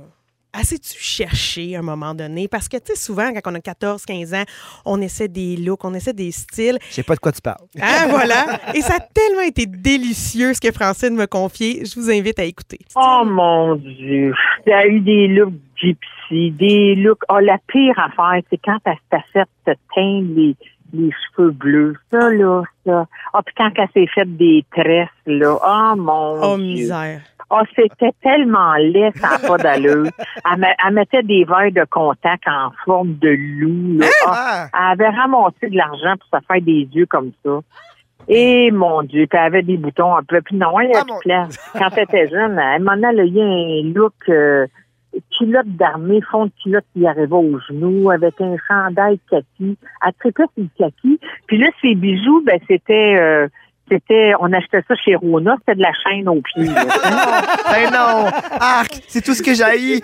Speaker 8: Assez-tu cherché à un moment donné? Parce que, tu sais, souvent, quand on a 14, 15 ans, on essaie des looks, on essaie des styles.
Speaker 3: Je sais pas de quoi tu parles.
Speaker 8: Ah, voilà. Et ça a tellement été délicieux ce que Francine me confiait. Je vous invite à écouter.
Speaker 7: Oh mon Dieu! Il y a eu des looks gypsy, des looks. Oh, la pire affaire, c'est quand ta facette se teint les, les cheveux bleus. Ça, là, ça. Ah, puis quand elle s'est faite des tresses, là. Oh mon
Speaker 8: Oh,
Speaker 7: Dieu!
Speaker 8: misère.
Speaker 7: Ah, c'était tellement laid, ça n'a pas d'allure. Elle, me- elle mettait des verres de contact en forme de loup. là.
Speaker 3: Hein?
Speaker 7: Ah, elle avait ramassé de l'argent pour se faire des yeux comme ça. Et mon Dieu, puis elle avait des boutons un peu. Puis non, elle a
Speaker 3: Ah,
Speaker 7: plus
Speaker 3: mon-
Speaker 7: place. Quand elle était jeune, elle m'en allait il y a un look euh, culotte d'armée, fond de culotte qui arrivait aux genoux, avec un chandail kaki. Elle tripait sur le kaki. Puis là, ses bijoux, ben c'était... euh, c'était, on achetait ça chez Rona, c'était de la chaîne aux pieds. là.
Speaker 3: Ben non! Arc! C'est tout ce que j'ai.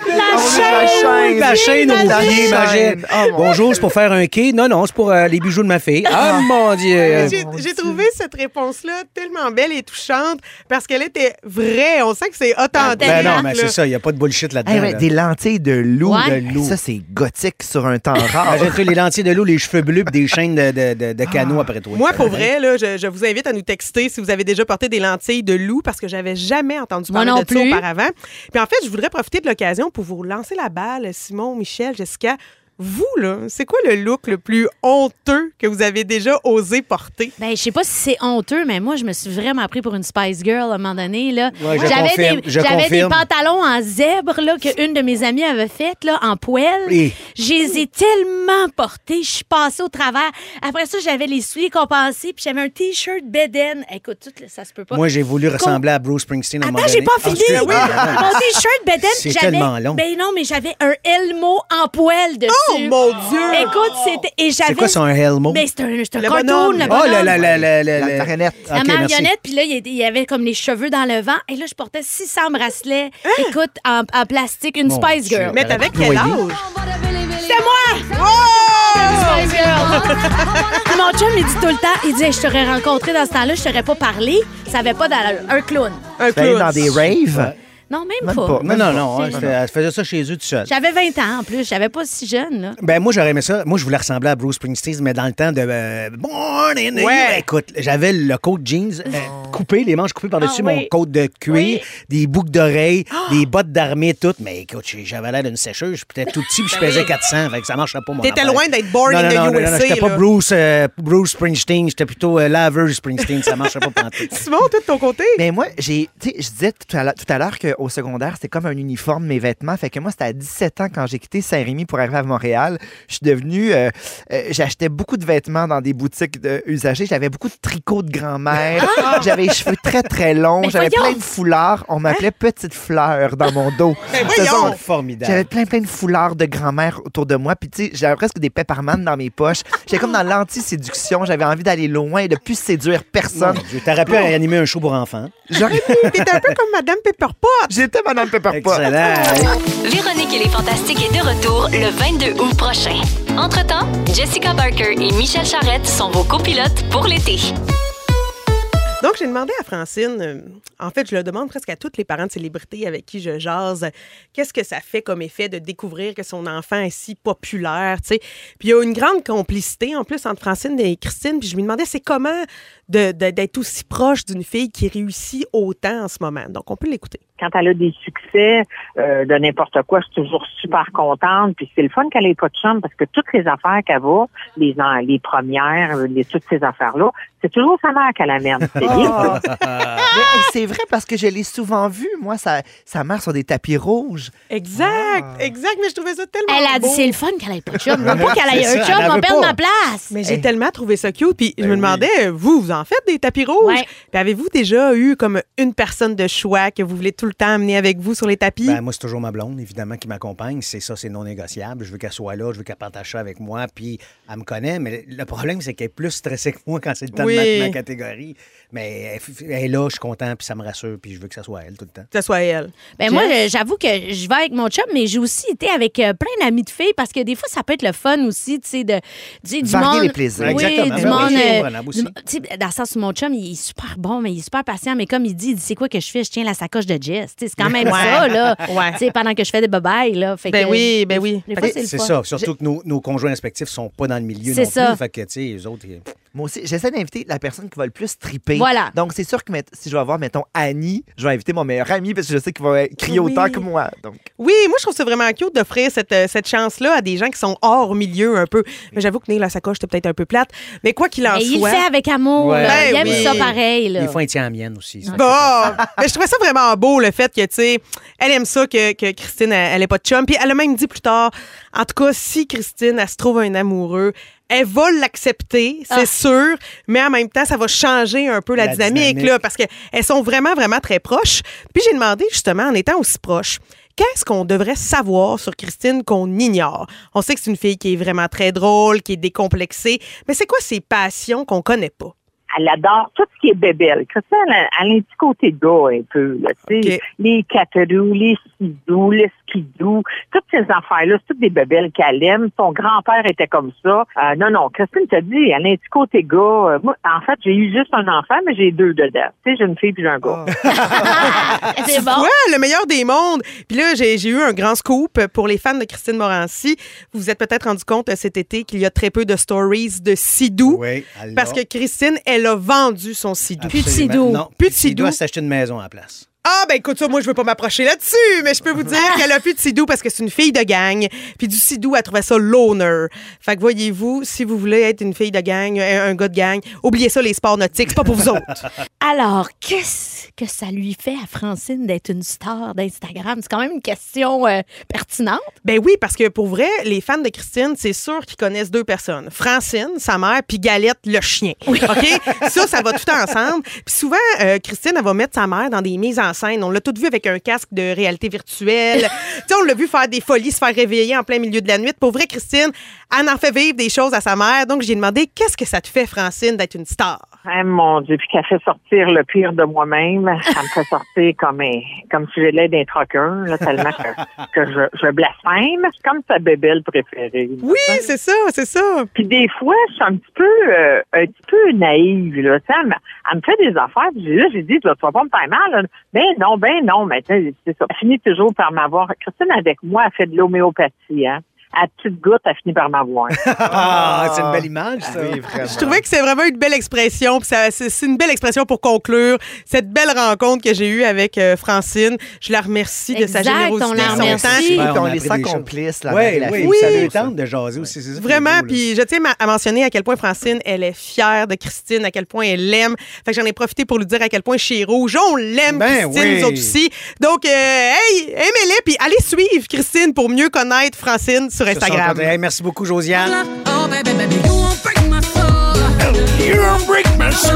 Speaker 1: chaîne, la chaîne au
Speaker 3: La
Speaker 1: pied, ma
Speaker 3: chaîne.
Speaker 1: chaîne.
Speaker 3: Oh, mon-
Speaker 1: Bonjour, c'est pour faire un quai. Non, non, c'est pour euh, les bijoux de ma fille. Ah, mon
Speaker 7: Eh,
Speaker 1: Dieu!
Speaker 8: J'ai j'ai trouvé cette réponse-là tellement belle et touchante parce qu'elle était vraie. On sent que c'est authentique.
Speaker 1: Ben non, mais
Speaker 8: là.
Speaker 1: c'est ça, il n'y a pas de bullshit là-dedans.
Speaker 2: Eh
Speaker 3: Hey, ouais,
Speaker 1: là.
Speaker 3: des lentilles de loup.
Speaker 2: Ouais.
Speaker 1: De loup.
Speaker 3: Ça, c'est gothique sur un temps rare.
Speaker 1: Imagine-toi Ah, les lentilles de loup, les cheveux bleus pis des chaînes de, de, de- de canaux après toi.
Speaker 8: Moi, pour vrai, là, je, je vous invite à nous texter si vous avez déjà porté des lentilles de loup parce que j'avais jamais entendu
Speaker 2: Moi
Speaker 8: parler
Speaker 2: non
Speaker 8: de
Speaker 2: plus.
Speaker 8: ça auparavant. Puis en fait, je voudrais profiter de l'occasion pour vous lancer la balle, Simon, Michel, Jessica. Vous, là, c'est quoi le look le plus honteux que vous avez déjà osé porter?
Speaker 2: Ben, je sais pas si c'est honteux, mais moi, je me suis vraiment pris pour une Spice Girl à un moment donné. Là.
Speaker 1: Ouais, je
Speaker 2: j'avais
Speaker 1: confirme,
Speaker 2: des,
Speaker 1: je
Speaker 2: j'avais des
Speaker 1: confirme.
Speaker 2: pantalons en zèbre là, qu'une de mes amies avait fait là, en poêle.
Speaker 1: Eh.
Speaker 2: Je les ai tellement portés, je suis passée au travers. Après ça, j'avais les souliers compensés, puis j'avais un T-shirt Beden. Écoute, tout, là, ça se peut pas.
Speaker 1: Moi, j'ai voulu ressembler à Bruce Springsteen à un moment
Speaker 2: Attends, j'ai
Speaker 1: donné.
Speaker 2: pas fini.
Speaker 1: Ah, excuse, pardon.
Speaker 2: Mon t-shirt Beden,
Speaker 1: C'est
Speaker 2: j'avais-
Speaker 1: tellement long.
Speaker 2: Ben non, mais j'avais un Elmo en poêle dessus.
Speaker 8: Oh, mon Dieu!
Speaker 2: Écoute, c'était et j'avais
Speaker 1: C'est quoi, c'est un Helmo?
Speaker 2: Mais c'est un, c'est un
Speaker 8: Le
Speaker 2: cartoon,
Speaker 8: bonhomme.
Speaker 2: le
Speaker 1: Oh,
Speaker 2: bonhomme.
Speaker 1: la, la, la, la, la,
Speaker 3: La marionnette.
Speaker 2: La
Speaker 1: Ok, merci.
Speaker 2: marionnette, puis là, il y a- il y avait comme les cheveux dans le vent. Et là, je portais 600 bracelets, écoute, en, en plastique, une
Speaker 1: Mon
Speaker 2: Spice Girl.
Speaker 1: Dieu.
Speaker 8: Mais t'avais quel
Speaker 1: Noyer.
Speaker 8: âge?
Speaker 2: C'est moi! Spice
Speaker 8: Oh!
Speaker 2: Girl. Mon chum, il dit tout le temps, il dit, Hey, je t'aurais rencontré dans ce temps-là, je t'aurais pas parlé, ça avait pas d'allure. Un clown.
Speaker 8: Un
Speaker 3: T'es allé
Speaker 8: clown.
Speaker 3: dans des raves.
Speaker 2: Non, même,
Speaker 3: Même
Speaker 2: pas.
Speaker 3: pas.
Speaker 1: Non, non, non.
Speaker 3: C'est-
Speaker 1: hein, c'était- Elle faisait ça chez eux tout seul.
Speaker 2: J'avais 20 ans en plus, j'avais pas si jeune, là.
Speaker 1: Ben moi j'aurais aimé ça. Moi je voulais ressembler à Bruce Springsteen mais dans le temps de euh, Born in the
Speaker 8: Ouais. Oh.
Speaker 1: USA. Écoute, j'avais le coat jeans euh, coupé, les manches coupées par-dessus
Speaker 2: Ah, oui.
Speaker 1: mon coat de cuir,
Speaker 2: Oui.
Speaker 1: des boucles d'oreilles,
Speaker 8: Ah!
Speaker 1: des bottes d'armée toutes, mais écoute, j'ai- j'avais l'air d'une sécheuse, j'étais tout petit, puis je pesais 400, fait que ça marchait pas mon
Speaker 8: Ben T'étais
Speaker 1: affaire.
Speaker 8: loin d'être Born
Speaker 1: non,
Speaker 8: in
Speaker 1: non,
Speaker 8: the
Speaker 1: non, non,
Speaker 8: USA,
Speaker 1: Non, j'étais pas
Speaker 8: là.
Speaker 1: Bruce euh, Bruce Springsteen, j'étais plutôt euh, Laver Springsteen, ça marchait pas pantoute.
Speaker 8: Simon, toi, de ton côté?
Speaker 3: Mais moi, j'ai, tu sais, je disais tout à l'heure- tout à l'heure qu'au secondaire, c'était comme un uniforme, mes vêtements. Fait que moi, c'était à 17 ans quand j'ai quitté Saint-Rémy pour arriver à Montréal. Je suis devenue, euh, euh, j'achetais beaucoup de vêtements dans des boutiques de- usagées. J'avais beaucoup de tricots de grand-mère. J'avais les cheveux très, très longs.
Speaker 2: Mais
Speaker 3: J'avais
Speaker 2: voyons!
Speaker 3: plein de foulards. On m'appelait Petite Fleur dans mon dos.
Speaker 8: Mais
Speaker 3: Ce
Speaker 8: voyons!
Speaker 3: sont- J'avais
Speaker 1: Formidable.
Speaker 3: plein, plein de foulards de grand-mère autour de moi. Puis, tu sais, j'avais presque des peppermans dans mes poches. J'étais comme dans l'anti-séduction. J'avais envie d'aller loin et de plus séduire personne.
Speaker 1: Je t'aurais pu animer un show pour enfants.
Speaker 3: J'aurais-
Speaker 8: T'étais un peu comme Madame Pepperpot.
Speaker 3: J'étais Madame
Speaker 2: Ah,
Speaker 3: Pepperpot.
Speaker 1: Excellent.
Speaker 4: Véronique et les Fantastiques est de retour le 22 août prochain. Entre-temps, Jessica Barker et Michel Charrette sont vos copilotes pour l'été.
Speaker 8: Donc, j'ai demandé à Francine, euh, en fait, je le demande presque à tous les parents de célébrités avec qui je jase, euh, qu'est-ce que ça fait comme effet de découvrir que son enfant est si populaire, tu sais. Puis il y a une grande complicité, en plus, entre Francine et Christine. Puis je lui demandais, c'est comment de- de- d'être aussi proche d'une fille qui réussit autant en ce moment. Donc, on peut l'écouter.
Speaker 7: quand elle a des succès euh, de n'importe quoi, je suis toujours super contente. Puis c'est le fun qu'elle ait pas de chum parce que toutes les affaires qu'elle va, les, en- les premières, euh, les, toutes ces affaires-là, c'est toujours sa mère qu'elle amène. C'est bien. ça.
Speaker 3: Oh. Mais, hey, c'est vrai parce que je l'ai souvent vu, moi, sa, sa mère sur des tapis rouges.
Speaker 8: Exact, exact. Mais je trouvais ça tellement
Speaker 2: Elle a dit,
Speaker 8: beau.
Speaker 2: c'est le fun qu'elle ait pas de chum. Non pas qu'elle ait
Speaker 1: C'est
Speaker 2: un
Speaker 1: ça, elle
Speaker 2: chum,
Speaker 1: en
Speaker 2: on
Speaker 1: veut
Speaker 2: perd
Speaker 1: pas.
Speaker 2: ma place.
Speaker 8: Mais j'ai tellement trouvé ça cute. Puis je me demandais, vous, vous en faites des tapis rouges?
Speaker 2: Ouais.
Speaker 8: Puis avez-vous déjà eu comme une personne de choix que vous voulez tout le temps amener avec vous sur les tapis?
Speaker 1: Ben, moi, c'est toujours ma blonde, évidemment, qui m'accompagne. C'est ça, c'est non négociable. Je veux qu'elle soit là, je veux qu'elle partage ça avec moi, puis elle me connaît. Mais le problème, c'est qu'elle est plus stressée que moi quand c'est le temps ma-
Speaker 8: Oui. Oui.
Speaker 1: ma, catégorie. Mais elle, elle est là, je suis content, puis ça me rassure, puis je veux que ça soit elle tout le temps.
Speaker 8: Que ce soit elle.
Speaker 2: Ben moi, euh, j'avoue que je vais avec mon chum, mais j'ai aussi été avec euh, plein d'amis de filles parce que des fois, ça peut être le fun aussi, tu sais, de, tu sais, du
Speaker 3: Varier
Speaker 2: monde.
Speaker 3: les plaisirs.
Speaker 2: Oui,
Speaker 1: Exactement.
Speaker 2: du
Speaker 1: Ben oui,
Speaker 2: monde.
Speaker 1: c'est
Speaker 2: euh,
Speaker 1: comprenable aussi.
Speaker 2: du- tu sais, dans le sens où mon chum, il est super bon, mais il est super patient. Mais comme il dit, il dit, c'est quoi que je fais? Je tiens la sacoche de Jess. Tu sais, C'est quand même
Speaker 8: Ouais.
Speaker 2: ça, là.
Speaker 8: Ouais.
Speaker 2: Tu sais, Pendant que je fais des bye là. Fait
Speaker 8: Ben
Speaker 2: que-
Speaker 8: oui, ben oui.
Speaker 2: Des
Speaker 8: Fait
Speaker 2: fois,
Speaker 8: que
Speaker 2: c'est le
Speaker 1: C'est
Speaker 2: fun.
Speaker 1: ça. Surtout que nos, nos conjoints respectifs sont pas dans le milieu
Speaker 2: C'est
Speaker 1: non
Speaker 2: ça.
Speaker 1: plus. Fait que, tu sais, eux autres. ils-
Speaker 3: Moi aussi, j'essaie d'inviter la personne qui va le plus triper.
Speaker 2: Voilà.
Speaker 3: Donc, c'est sûr que met- si je vais avoir, mettons, Annie, je vais inviter mon meilleur ami parce que je sais qu'il va crier
Speaker 8: Oui.
Speaker 3: autant que moi. Donc,
Speaker 8: Oui, moi, je trouve ça vraiment cute d'offrir cette, euh, cette chance-là à des gens qui sont hors milieu un peu. Mais j'avoue que Neil, la sacoche, c'était peut-être un peu plate. Mais quoi qu'il en
Speaker 2: Mais il le
Speaker 8: soit.
Speaker 2: fait avec amour.
Speaker 1: Ouais.
Speaker 2: là. il
Speaker 8: Ben
Speaker 2: aime
Speaker 8: oui.
Speaker 2: ça pareil, là.
Speaker 1: Des fois, ils tiennent la mienne aussi. ça.
Speaker 8: Bon, mais je trouvais ça vraiment beau, le fait que, tu sais, elle aime ça que, que Christine, elle elle ait pas de chum. Puis elle a même dit plus tard, en tout cas, si Christine, elle se trouve un amoureux, elle va l'accepter, c'est
Speaker 2: Ah.
Speaker 8: sûr, mais en même temps, ça va changer un peu la,
Speaker 1: La
Speaker 8: dynamique,
Speaker 1: dynamique.
Speaker 8: là, parce qu'elles sont vraiment, vraiment très proches. Puis j'ai demandé, justement, en étant aussi proches, Qu'est-ce qu'on devrait savoir sur Christine qu'on ignore? On sait que c'est une fille qui est vraiment très drôle, qui est décomplexée, mais c'est quoi ses passions qu'on connaît pas?
Speaker 7: elle adore tout ce qui est bébelle. Christine, elle, a- elle a un petit côté gars un peu. Là, tu sais.
Speaker 8: Ok.
Speaker 7: Les quatre roues, les skidou, le skidou, toutes ces affaires-là, c'est toutes des bébelles qu'elle aime. Son grand-père était comme ça. Euh, non, non, Christine t'a dit, elle a un petit côté gars. Euh, Moi, en fait, j'ai eu juste un enfant, mais j'ai deux dedans. Tu sais, j'ai une fille puis j'ai un gars.
Speaker 8: Ah.
Speaker 2: c'est bon.
Speaker 8: Ouais, le meilleur des mondes. Puis là, j'ai j'ai eu un grand scoop pour les fans de Christine Morancy. Vous vous êtes peut-être rendu compte euh, cet été qu'il y a très peu de stories de Sidou.
Speaker 1: Oui, elle l'a.
Speaker 8: Parce que Christine, elle a vendu son Sidou.
Speaker 1: Absolument.
Speaker 2: Plus de sidou.
Speaker 1: Non,
Speaker 8: Plus de
Speaker 1: Il doit
Speaker 8: sidou.
Speaker 1: s'acheter une maison à la place.
Speaker 8: Ah, ben écoute ça, moi, je veux pas m'approcher là-dessus, mais je peux vous dire qu'elle a plus de Sidou parce que c'est une fille de gang. Puis du Sidou, elle trouvait ça loner. Fait que voyez-vous, si vous voulez être une fille de gang, euh, un, un gars de gang, oubliez ça, les sports nautiques, c'est pas pour vous autres.
Speaker 2: Alors, qu'est-ce que ça lui fait à Francine d'être une star d'Instagram? C'est quand même une question euh, pertinente.
Speaker 8: Ben oui, parce que pour vrai, les fans de Christine, c'est sûr qu'ils connaissent deux personnes. Francine, sa mère, puis Galette, le chien. OK? Ça, ça va tout ensemble. Puis souvent, euh, Christine, elle va mettre sa mère dans des mises en scène. On l'a toutes vu avec un casque de réalité virtuelle. tu sais, on l'a vu faire des folies, se faire réveiller en plein milieu de la nuit. Pour vrai, Christine, elle en fait vivre des choses à sa mère. Donc, j'ai demandé, qu'est-ce que ça te fait, Francine, d'être une star?
Speaker 7: Ah, mon Dieu, puis qu'elle fait sortir le pire de moi-même, ça me fait sortir comme, un- comme si j'allais d'un troqueur, là, tellement que, que je, je blasphème. C'est comme sa bébelle préférée.
Speaker 8: Oui, Ah, c'est ça, c'est ça.
Speaker 7: Puis des fois, je suis un petit peu, euh, un petit peu naïve. Là. Tu sais, Elle, me- elle me fait des affaires. Puis là, j'ai dit, tu vas tu vas pas me faire mal. là. Ben non, ben non. Maintenant, c'est ça. Elle finit toujours par m'avoir. Christine, avec moi, elle fait de l'homéopathie. Hein. À petite goutte, elle finit par m'avoir.
Speaker 1: Ah, c'est une belle image, ça.
Speaker 3: vraiment.
Speaker 8: Je trouvais que c'est vraiment une belle expression. puis ça- C'est c'est une belle expression pour conclure cette belle rencontre que j'ai eue avec euh, Francine. Je la remercie de sa
Speaker 2: Exact,
Speaker 8: générosité,
Speaker 2: on la
Speaker 8: de son
Speaker 2: remercie.
Speaker 8: temps.
Speaker 3: Puis
Speaker 1: Ouais, on
Speaker 3: on
Speaker 1: a
Speaker 3: les
Speaker 1: appris
Speaker 3: sent
Speaker 1: des choses.
Speaker 3: complices, la mère et
Speaker 1: Ouais,
Speaker 3: la
Speaker 1: oui,
Speaker 3: fille.
Speaker 8: Oui.
Speaker 1: ça lui tente de jaser aussi. c'est ça qui est
Speaker 8: Vraiment,
Speaker 1: beau, là.
Speaker 8: puis je tiens à- à mentionner à quel point Francine, elle est fière de Christine, à quel point elle l'aime. Fait que j'en ai profité pour lui dire à quel point chez Rouge, on l'aime,
Speaker 1: Ben
Speaker 8: Christine,
Speaker 1: oui.
Speaker 8: nous autres aussi. Donc, euh, hey, aimez-les, puis allez suivre Christine pour mieux connaître Francine sur
Speaker 1: Ce soir,
Speaker 8: Instagram.
Speaker 1: quand- Hey, merci beaucoup,
Speaker 3: Ah,
Speaker 1: Josiane.
Speaker 6: You don't break my soul.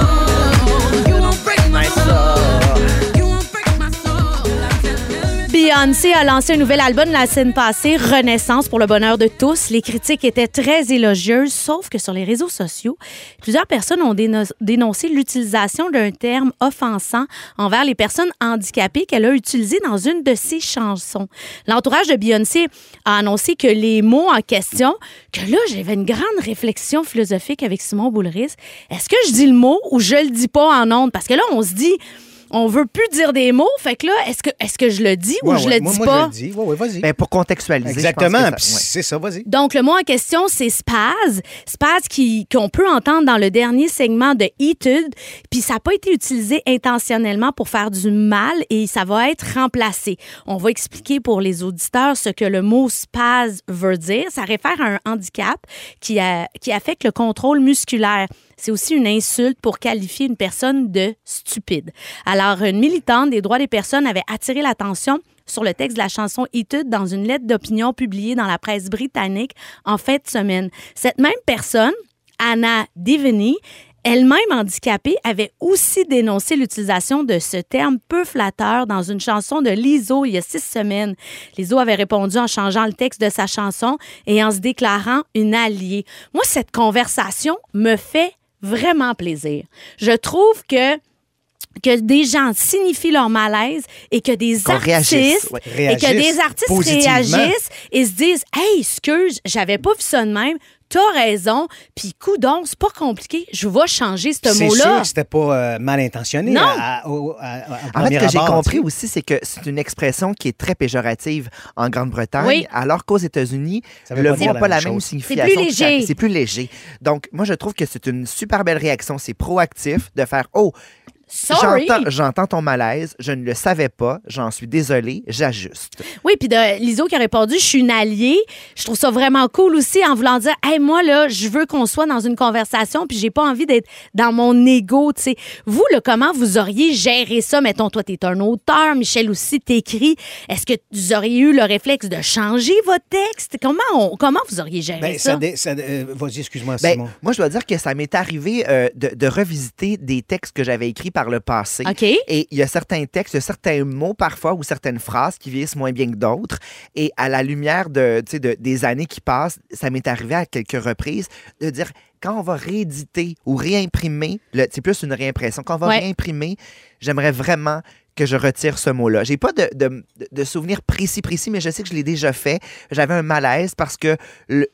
Speaker 2: Beyoncé a lancé un nouvel album la semaine passée, Renaissance pour le bonheur de tous. Les critiques étaient très élogieuses, sauf que sur les réseaux sociaux, plusieurs personnes ont déno- dénoncé l'utilisation d'un terme offensant envers les personnes handicapées qu'elle a utilisé dans une de ses chansons. L'entourage de Beyoncé a annoncé que les mots en question, que là, j'avais une grande réflexion philosophique avec Simon Boulris. Est-ce que je dis le mot ou je le dis pas en ondes? Parce que là, on se dit, on veut plus dire des mots. Fait que là, est-ce que, est-ce que je le dis ou
Speaker 1: Ouais,
Speaker 2: je
Speaker 1: ouais,
Speaker 2: le
Speaker 1: moi,
Speaker 2: dis
Speaker 1: moi,
Speaker 2: pas?
Speaker 1: je le dis. Ouais, ouais, vas-y.
Speaker 3: Ben, pour contextualiser. je pense que
Speaker 1: Exactement.
Speaker 3: ça-
Speaker 1: puis
Speaker 3: ouais.
Speaker 1: C'est ça, vas-y.
Speaker 2: Donc, le mot en question, c'est spaz. Spaz qui, qu'on peut entendre dans le dernier segment de Etude. Puis, ça n'a pas été utilisé intentionnellement pour faire du mal et ça va être remplacé. On va expliquer pour les auditeurs ce que le mot spaz veut dire. Ça réfère à un handicap qui, a- qui affecte le contrôle musculaire. C'est aussi une insulte pour qualifier une personne de stupide. Alors, une militante des droits des personnes avait attiré l'attention sur le texte de la chanson Étude dans une lettre d'opinion publiée dans la presse britannique en fin de semaine. Cette même personne, Anna Devaney, elle-même handicapée, avait aussi dénoncé l'utilisation de ce terme peu flatteur dans une chanson de Lizzo il y a six semaines. Lizzo avait répondu en changeant le texte de sa chanson et en se déclarant une alliée. Moi, cette conversation me fait vraiment plaisir. Je trouve que que des gens signifient leur malaise et que des
Speaker 3: Qu'on réagisse,
Speaker 2: artistes
Speaker 3: ouais.
Speaker 2: et que
Speaker 1: Réagissent
Speaker 2: des artistes
Speaker 1: positivement.
Speaker 2: réagissent et se disent hey excuse j'avais pas vu ça de même t'as raison puis coudon c'est pas compliqué je vais changer ce
Speaker 1: C'est
Speaker 2: mot
Speaker 1: sûr
Speaker 2: là
Speaker 1: que c'était pas euh, mal intentionné.
Speaker 2: Non.
Speaker 1: à- à- au- à- à- au
Speaker 3: En fait,
Speaker 1: premier
Speaker 3: ce que j'ai
Speaker 1: abord,
Speaker 3: compris
Speaker 1: tu sais.
Speaker 3: aussi, c'est que c'est une expression qui est très péjorative en Grande-Bretagne,
Speaker 2: Oui.
Speaker 3: alors qu'aux États-Unis,
Speaker 1: Ça veut
Speaker 3: le
Speaker 1: pas
Speaker 3: mot
Speaker 1: dire
Speaker 3: n'a
Speaker 1: la
Speaker 3: pas
Speaker 1: même
Speaker 3: la même
Speaker 1: chose.
Speaker 3: signification.
Speaker 2: plus léger.
Speaker 3: que ça- C'est plus léger. Donc, moi, je trouve que c'est une super belle réaction. C'est proactif de faire Oh,
Speaker 2: sorry
Speaker 3: j'entends- j'entends ton malaise, je ne le savais pas, j'en suis désolé, j'ajuste.
Speaker 2: Oui, puis de l'ISO qui a répondu, je suis une alliée. Je trouve ça vraiment cool aussi en voulant dire, hey, moi, là, je veux qu'on soit dans une conversation, puis j'ai pas envie d'être dans mon ego, tu sais. Vous, là, comment vous auriez géré ça? Mettons, toi, t'es un auteur, Michel aussi t'écris. Est-ce que vous auriez eu le réflexe de changer votre texte? Comment, on- comment vous auriez géré
Speaker 1: Ben,
Speaker 2: ça?
Speaker 1: ça dé- ça dé- euh, Vas-y, excuse-moi,
Speaker 3: Ben,
Speaker 1: Simon.
Speaker 3: moi, je dois dire que ça m'est arrivé euh, de, de revisiter des textes que j'avais écrits par le passé.
Speaker 2: OK.
Speaker 3: Et il y a certains textes, il y a certains mots parfois ou certaines phrases qui vieillissent moins bien que d'autres. Et à la lumière de, tu sais, de- des années qui passent, ça m'est arrivé à quelques reprises de dire quand on va rééditer ou réimprimer, le- c'est plus une réimpression, quand on va
Speaker 2: Ouais.
Speaker 3: réimprimer, j'aimerais vraiment que je retire ce mot-là. J'ai pas de, de, de souvenir précis, précis, mais je sais que je l'ai déjà fait. J'avais un malaise parce que, le-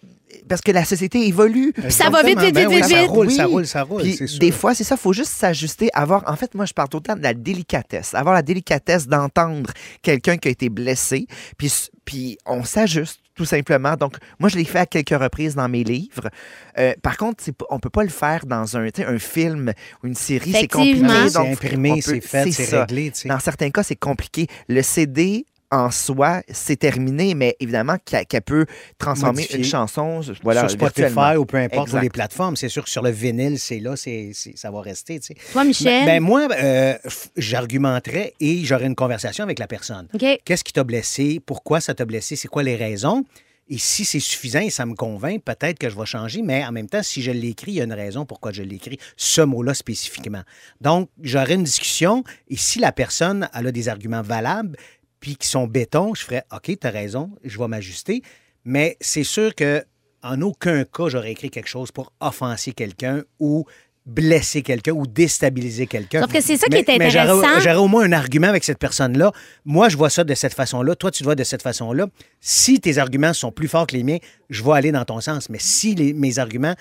Speaker 3: parce que la société évolue.
Speaker 1: Puis
Speaker 2: ça va vite, vite,
Speaker 1: Ben
Speaker 2: vite,
Speaker 1: oui,
Speaker 2: vite,
Speaker 1: Ça
Speaker 2: vite.
Speaker 1: roule, ça
Speaker 3: Oui.
Speaker 1: roule, ça roule,
Speaker 3: Puis
Speaker 1: c'est sûr.
Speaker 3: des fois, c'est ça, il faut juste s'ajuster, avoir. En fait, moi, je parle tout le temps de la délicatesse, avoir la délicatesse d'entendre quelqu'un qui a été blessé, puis, s- puis on s'ajuste tout simplement. Donc, moi, je l'ai fait à quelques reprises dans mes livres. Euh, par contre, c'est pas- on peut pas le faire dans un, tu sais, un film ou une série, c'est compliqué.
Speaker 2: Effectivement.
Speaker 1: Non, Ah, c'est
Speaker 3: donc
Speaker 1: imprimé,
Speaker 3: on peut-
Speaker 1: c'est fait, c'est
Speaker 3: ça.
Speaker 1: réglé, tu sais.
Speaker 3: Dans certains cas, c'est compliqué. Le CD en soi, c'est terminé, mais évidemment qu'elle qu'elle peut transformer
Speaker 1: Modifier.
Speaker 3: une chanson voilà,
Speaker 1: sur Spotify
Speaker 3: virtuellement.
Speaker 1: ou peu importe, sur
Speaker 3: Exact.
Speaker 1: les plateformes. C'est sûr que sur le vinyle, c'est là, c'est c'est- ça va rester. tu sais.
Speaker 2: Toi, Michel?
Speaker 1: Ben, ben, moi, euh, f- j'argumenterais et j'aurais une conversation avec la personne.
Speaker 2: OK.
Speaker 1: Qu'est-ce qui t'a blessé? Pourquoi ça t'a blessé? C'est quoi les raisons? Et si c'est suffisant et ça me convainc, peut-être que je vais changer, mais en même temps, si je l'écris, il y a une raison pourquoi je l'écris, ce mot-là spécifiquement. Donc, j'aurais une discussion et si la personne elle a des arguments valables puis qui sont béton, je ferais OK, t'as raison, je vais m'ajuster. Mais c'est sûr que en aucun cas, j'aurais écrit quelque chose pour offenser quelqu'un ou blesser quelqu'un ou déstabiliser quelqu'un.
Speaker 2: Sauf que c'est ça qui
Speaker 1: Mais-
Speaker 2: est
Speaker 1: mais j'aurais-
Speaker 2: intéressant.
Speaker 1: j'aurais au moins un argument avec cette personne-là. Moi, je vois ça de cette façon-là. Toi, tu le vois de cette façon-là. Si tes arguments sont plus forts que les miens, je vais aller dans ton sens. Mais si les- mes arguments,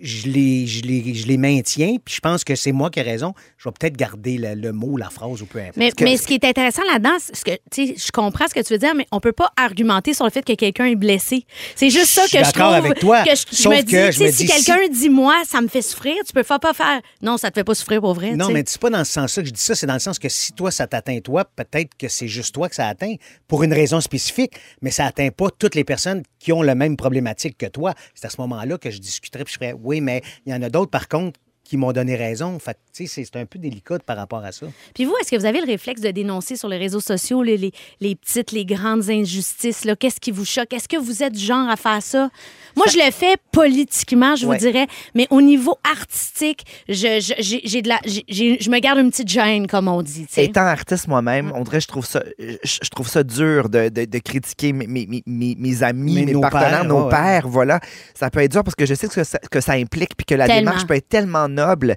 Speaker 1: je les, je, les, je les maintiens, puis je pense que c'est moi qui ai raison, je vais peut-être garder le, le mot, la phrase ou peu importe.
Speaker 2: Mais, mais ce qui est intéressant là-dedans, c'est ce que tu sais, je comprends ce que tu veux dire, mais on peut pas argumenter sur le fait que quelqu'un est blessé. C'est juste ça
Speaker 1: Je suis
Speaker 2: que je
Speaker 1: d'accord
Speaker 2: trouve.
Speaker 1: avec toi,
Speaker 2: Que je, je
Speaker 1: sauf
Speaker 2: me
Speaker 1: que
Speaker 2: dis, tu
Speaker 1: je
Speaker 2: sais,
Speaker 1: me
Speaker 2: si
Speaker 1: dis si-
Speaker 2: quelqu'un dit moi, ça me fait souffrir, tu peux pas pas faire. Non, ça te fait pas souffrir pour vrai.
Speaker 1: Non,
Speaker 2: Eh, tu sais.
Speaker 1: mais c'est pas dans ce sens-là que je dis ça. C'est dans le sens que si toi, ça t'atteint toi, peut-être que c'est juste toi que ça atteint pour une raison spécifique, mais ça atteint pas toutes les personnes qui ont la même problématique que toi. C'est à ce moment-là que je discuterais puis je ferais oui, mais il y en a d'autres, par contre, qui m'ont donné raison. Fait que, tu sais, c'est c'est un peu délicat par rapport à ça.
Speaker 2: Puis vous, est-ce que vous avez le réflexe de dénoncer sur les réseaux sociaux les, les- les petites, les grandes injustices? là? Qu'est-ce qui vous choque? Est-ce que vous êtes du genre à faire ça? Moi, je le fais politiquement, je
Speaker 3: Ouais.
Speaker 2: vous dirais, mais au niveau artistique, je, je, j'ai- j'ai de la, j'ai- j'ai- je me garde une petite gêne, comme on dit. tu sais.
Speaker 3: Étant artiste moi-même, on dirait que je trouve ça, je, je trouve ça dur de, de- de critiquer mes, mes- mes- mes- mes amis,
Speaker 1: Mais
Speaker 3: mes
Speaker 1: nos
Speaker 3: partenaires,
Speaker 1: pères,
Speaker 3: nos
Speaker 1: ouais,
Speaker 3: pères, voilà. Ça peut être dur parce que je sais que ça, que ça implique puis que la
Speaker 2: Tellement.
Speaker 3: démarche peut être tellement noble.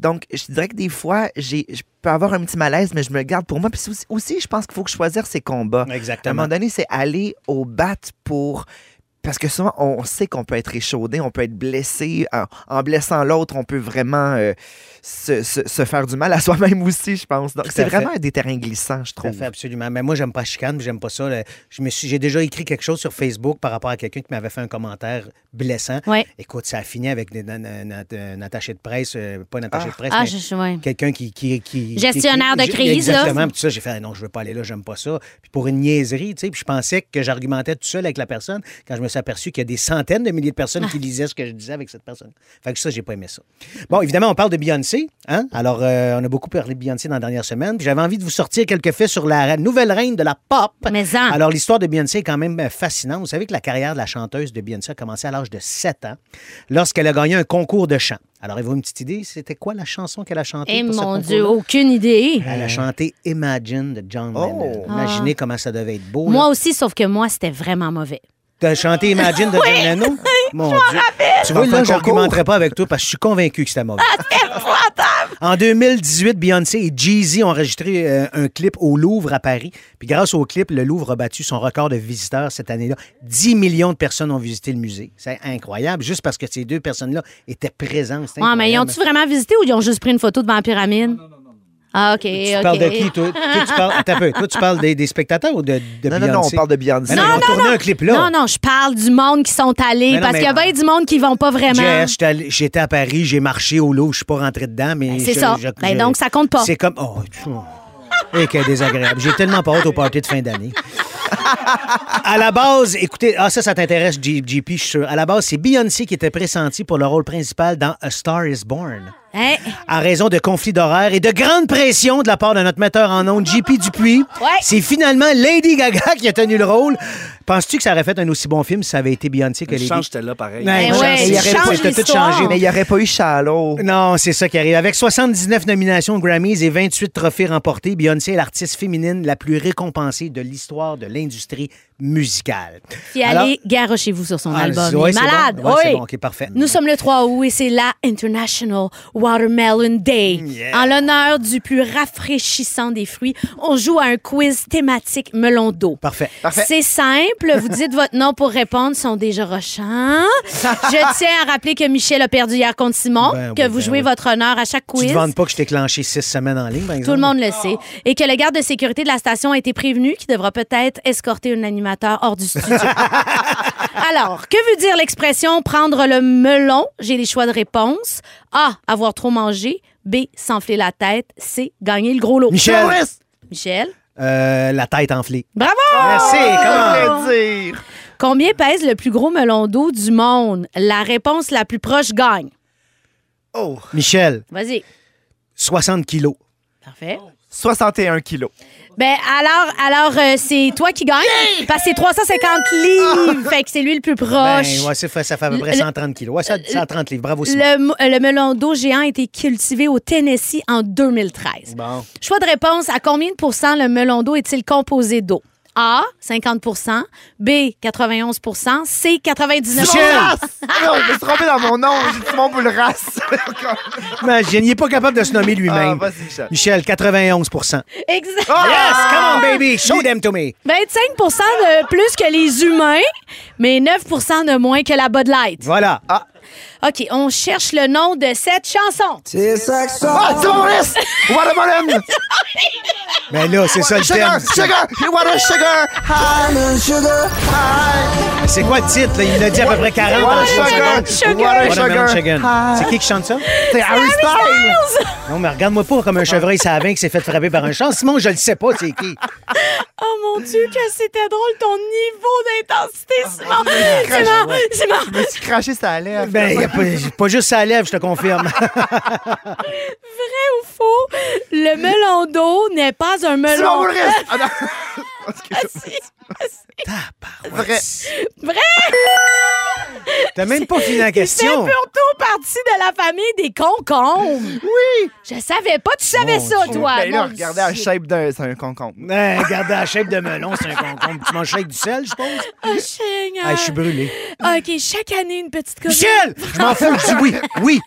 Speaker 3: Donc, je dirais que des fois, j'ai, je peux avoir un petit malaise, mais je me le garde pour moi. Puis c'est aussi, aussi, je pense qu'il faut que choisir ses combats. À un
Speaker 1: Exactement.
Speaker 3: moment donné, c'est aller au bat pour. Parce que souvent, on sait qu'on peut être échaudé, on peut être blessé. En, en blessant l'autre, on peut vraiment euh, se, se- se faire du mal à soi-même aussi, je pense. Donc,
Speaker 1: Tout à
Speaker 3: c'est
Speaker 1: fait.
Speaker 3: vraiment des terrains glissants, je
Speaker 1: Tout à
Speaker 3: trouve.
Speaker 1: fait, absolument. Mais moi, j'aime pas chicane, puis j'aime pas ça. là. Je me suis, j'ai déjà écrit quelque chose sur Facebook par rapport à quelqu'un qui m'avait fait un commentaire blessant.
Speaker 2: Ouais.
Speaker 1: Écoute, ça a fini avec des- un, un- un- un attaché de presse, euh, pas un attaché de presse,
Speaker 2: Ah,
Speaker 1: mais
Speaker 2: je, je, ouais.
Speaker 1: quelqu'un qui, qui, qui-
Speaker 2: Gestionnaire de
Speaker 1: qui-
Speaker 2: crise, là.
Speaker 1: Exactement. Puis tout ça, j'ai fait, Ah non, je veux pas aller là, j'aime pas ça. Puis pour une niaiserie, tu sais, puis je pensais que j'argumentais tout seul avec la personne quand je me suis aperçu qu'il y a des centaines de milliers de personnes
Speaker 2: Ah.
Speaker 1: qui lisaient ce que je disais avec cette personne. Fait que ça, j'ai pas aimé ça. Bon, évidemment, on parle de Beyoncé. Hein? Alors, euh, on a beaucoup parlé de Beyoncé dans la dernière semaine. Puis j'avais envie de vous sortir quelques faits sur la ra- nouvelle reine de la pop.
Speaker 2: Mais en.
Speaker 1: Alors, l'histoire de Beyoncé est quand même euh, fascinante. Vous savez que la carrière de la chanteuse de Beyoncé a commencé à l'âge de 7 ans, lorsqu'elle a gagné un concours de chant. Alors, avez-vous une petite idée? C'était quoi la chanson qu'elle a chantée?
Speaker 2: Eh
Speaker 1: pour ce
Speaker 2: mon Dieu,
Speaker 1: concours-là? Ah,
Speaker 2: aucune idée.
Speaker 1: Elle a chanté Imagine de John Lennon.
Speaker 3: Oh.
Speaker 1: Imaginez comment ça devait être beau.
Speaker 2: Ah. Moi
Speaker 1: là.
Speaker 2: aussi, sauf que moi, c'était vraiment mauvais.
Speaker 1: T'as chanté Imagine de John Lennon? Mon Dieu. Tu vois,
Speaker 3: Dans
Speaker 1: là,
Speaker 3: un
Speaker 1: je
Speaker 3: concours.
Speaker 1: n'argumenterai pas avec toi parce que je suis convaincu que c'était mauvais.
Speaker 2: Ah,
Speaker 1: En 2018, Beyoncé et Jeezy ont enregistré euh, un clip au Louvre à Paris. Puis grâce au clip, le Louvre a battu son record de visiteurs cette année-là. 10 millions de personnes ont visité le musée. C'est incroyable, juste parce que ces deux personnes-là étaient présentes. C'est
Speaker 2: Ouais, Ah, mais ils
Speaker 1: incroyable.
Speaker 2: ont-tu vraiment visité ou ils ont juste pris une photo devant la pyramide? Ah, OK.
Speaker 1: Tu parles de qui, toi? Toi, tu parles, attends un peu. Toi, tu parles des, des spectateurs ou de, de
Speaker 3: Non,
Speaker 1: Beyoncé?
Speaker 3: non, non, on parle de Beyoncé.
Speaker 1: Mais non, ils ont tourné un clip là.
Speaker 2: Non, non, je parle du monde qui sont allés
Speaker 1: Mais non,
Speaker 2: parce
Speaker 1: mais-
Speaker 2: qu'il y a bien du monde qui vont pas vraiment.
Speaker 1: Jess, j'étais allé- j'étais à Paris, j'ai marché au Louvre, je suis pas rentré dedans, mais.
Speaker 2: Ben, c'est
Speaker 1: je-
Speaker 2: ça.
Speaker 1: je-
Speaker 2: Ben,
Speaker 1: je-
Speaker 2: donc, ça compte pas.
Speaker 1: C'est comme. Oh, tchou. Eh, quel désagréable. J'ai tellement pas hâte au party de fin d'année. À la base, écoutez, ah, ça, ça t'intéresse, J- JP, je suis sûr. À la base, c'est Beyoncé qui était pressentie pour le rôle principal dans A Star is Born.
Speaker 2: Hein?
Speaker 1: En raison de conflits d'horaire et de grandes pressions de la part de notre metteur en ondes, JP Dupuis,
Speaker 2: Ouais.
Speaker 1: c'est finalement Lady Gaga qui a tenu le rôle. Penses-tu que ça aurait fait un aussi bon film si ça avait été Beyoncé que
Speaker 9: Je
Speaker 1: Lady
Speaker 9: sens que j'étais là pareil.
Speaker 1: Ouais,
Speaker 2: Ben
Speaker 1: change-
Speaker 2: ouais,
Speaker 1: il y aurait
Speaker 2: change
Speaker 1: pas- c'était tout
Speaker 2: l'histoire.
Speaker 1: changé.
Speaker 3: Mais il n'y aurait pas eu Shallow.
Speaker 1: Non, c'est ça qui arrive. Avec 79 nominations aux Grammys et 28 trophées remportés, Beyoncé est l'artiste féminine la plus récompensée de l'histoire de l'industrie musicale.
Speaker 2: Puis
Speaker 1: Alors-
Speaker 2: allez, garochez-vous sur son
Speaker 1: Ah,
Speaker 2: album.
Speaker 1: ouais,
Speaker 2: Il
Speaker 1: c'est
Speaker 2: est malade.
Speaker 1: bon. Ouais, c'est
Speaker 2: Oui.
Speaker 1: bon, ok, parfait.
Speaker 2: Nous sommes le 3 août et c'est la International Watermelon Day. En l'honneur du plus rafraîchissant des fruits, on joue à un quiz thématique melon d'eau.
Speaker 1: Parfait.
Speaker 2: C'est simple, vous dites votre nom pour répondre, sont déjà rochants. Je tiens à rappeler que Michel a perdu hier contre Simon,
Speaker 1: Ben oui,
Speaker 2: que vous
Speaker 1: ben
Speaker 2: jouez
Speaker 1: oui.
Speaker 2: votre honneur à chaque
Speaker 1: Tu
Speaker 2: quiz.
Speaker 1: ne demandes pas que je t'ai clenché six semaines en ligne, par
Speaker 2: Tout
Speaker 1: exemple?
Speaker 2: le monde le sait. Et que le garde de sécurité de la station a été prévenu qu'il devra peut-être escorter un animateur hors du studio. Alors, que veut dire l'expression prendre le melon? J'ai les choix de réponse. A. Avoir trop mangé. B. S'enfler la tête. C. Gagner le gros lot.
Speaker 1: Michel,
Speaker 2: Michel.
Speaker 1: euh, la tête enflée. Ah,
Speaker 2: Bravo! Oh.
Speaker 1: Merci, comment?
Speaker 2: Combien pèse le plus gros melon d'eau du monde? La réponse la plus proche gagne.
Speaker 1: Michel,
Speaker 2: Vas-y.
Speaker 1: 60 kilos.
Speaker 2: Parfait.
Speaker 3: 61 kilos.
Speaker 2: Ben alors, alors euh, c'est toi qui gagne parce que c'est 350 livres. fait que c'est lui le plus
Speaker 1: Ben,
Speaker 2: proche.
Speaker 1: ouais, c'est fait- ça fait à peu près
Speaker 2: Le-
Speaker 1: 130 kilos. Ouais, ça- 130 livres. Bravo, Simon.
Speaker 2: Le, mo- euh, le melon d'eau géant a été cultivé au Tennessee en 2013.
Speaker 1: Bon.
Speaker 2: Choix de réponse, à combien de pourcents le melon d'eau est-il composé d'eau? A, 50 B, 91 C, 99
Speaker 1: Michel!
Speaker 3: Non, Ah, je me suis trompé dans mon nom. J'ai dit mon boule race.
Speaker 1: Imagine, il n'est pas capable de se nommer
Speaker 3: Ah,
Speaker 1: lui-même.
Speaker 3: vas-y, Michel. Ah!
Speaker 1: Michel, 91
Speaker 2: Exact.
Speaker 1: Yes, come on, baby, show them to me.
Speaker 2: 25 de plus que les humains, mais 9 de moins que la Bud Light.
Speaker 1: Voilà.
Speaker 2: OK, on cherche le nom de cette chanson.
Speaker 3: Ah, c'est mon reste. Watermelon.
Speaker 1: Mais Ben là, c'est ça le
Speaker 3: Sugar,
Speaker 1: thème.
Speaker 3: sugar, you want a sugar. Ah, Hi, sugar, hi.
Speaker 1: C'est quoi le titre? Là? Il l'a dit à peu près 40
Speaker 3: What
Speaker 1: dans
Speaker 3: a
Speaker 1: la
Speaker 3: sugar,
Speaker 1: chanson.
Speaker 3: what a
Speaker 1: Watermelon
Speaker 3: sugar.
Speaker 1: Chicken. C'est qui qui chante ça?
Speaker 3: C'est Harry Styles.
Speaker 1: Non, mais regarde-moi pas comme un chevreuil savin qui s'est fait frapper par un champ. Simon, je le sais pas, c'est qui.
Speaker 2: Oh mon Dieu, que c'était drôle ton niveau d'intensité, Simon! Simon! Simon!
Speaker 3: Je me suis craché sa lèvre.
Speaker 1: Ben, y a pas, pas juste sa lèvre, je te confirme.
Speaker 2: Vrai ou faux? Le melon d'eau n'est pas un
Speaker 3: C'est mon
Speaker 2: melon.
Speaker 3: boule reste. Ah, non. Excuse-moi. Vrai.
Speaker 2: Vrai!
Speaker 1: T'as même pas fini la
Speaker 2: C'est
Speaker 1: question.
Speaker 2: plutôt partie de la famille des concombres. Oui! Je savais pas, tu savais
Speaker 1: Mon
Speaker 2: ça,
Speaker 1: Dieu.
Speaker 2: toi!
Speaker 3: Ben
Speaker 2: mon
Speaker 3: là, regardez la
Speaker 2: Dieu.
Speaker 3: shape d'un, c'est un concombre.
Speaker 1: Ben, regarde, la chèque de melon, c'est un concombre. Tu manges ça avec du sel, je pense?
Speaker 2: Oh, Seigneur.
Speaker 1: Ah, je suis brûlé.
Speaker 2: OK, chaque année, une petite commune.
Speaker 1: Michel! Je m'en fous, je dis oui. Oui.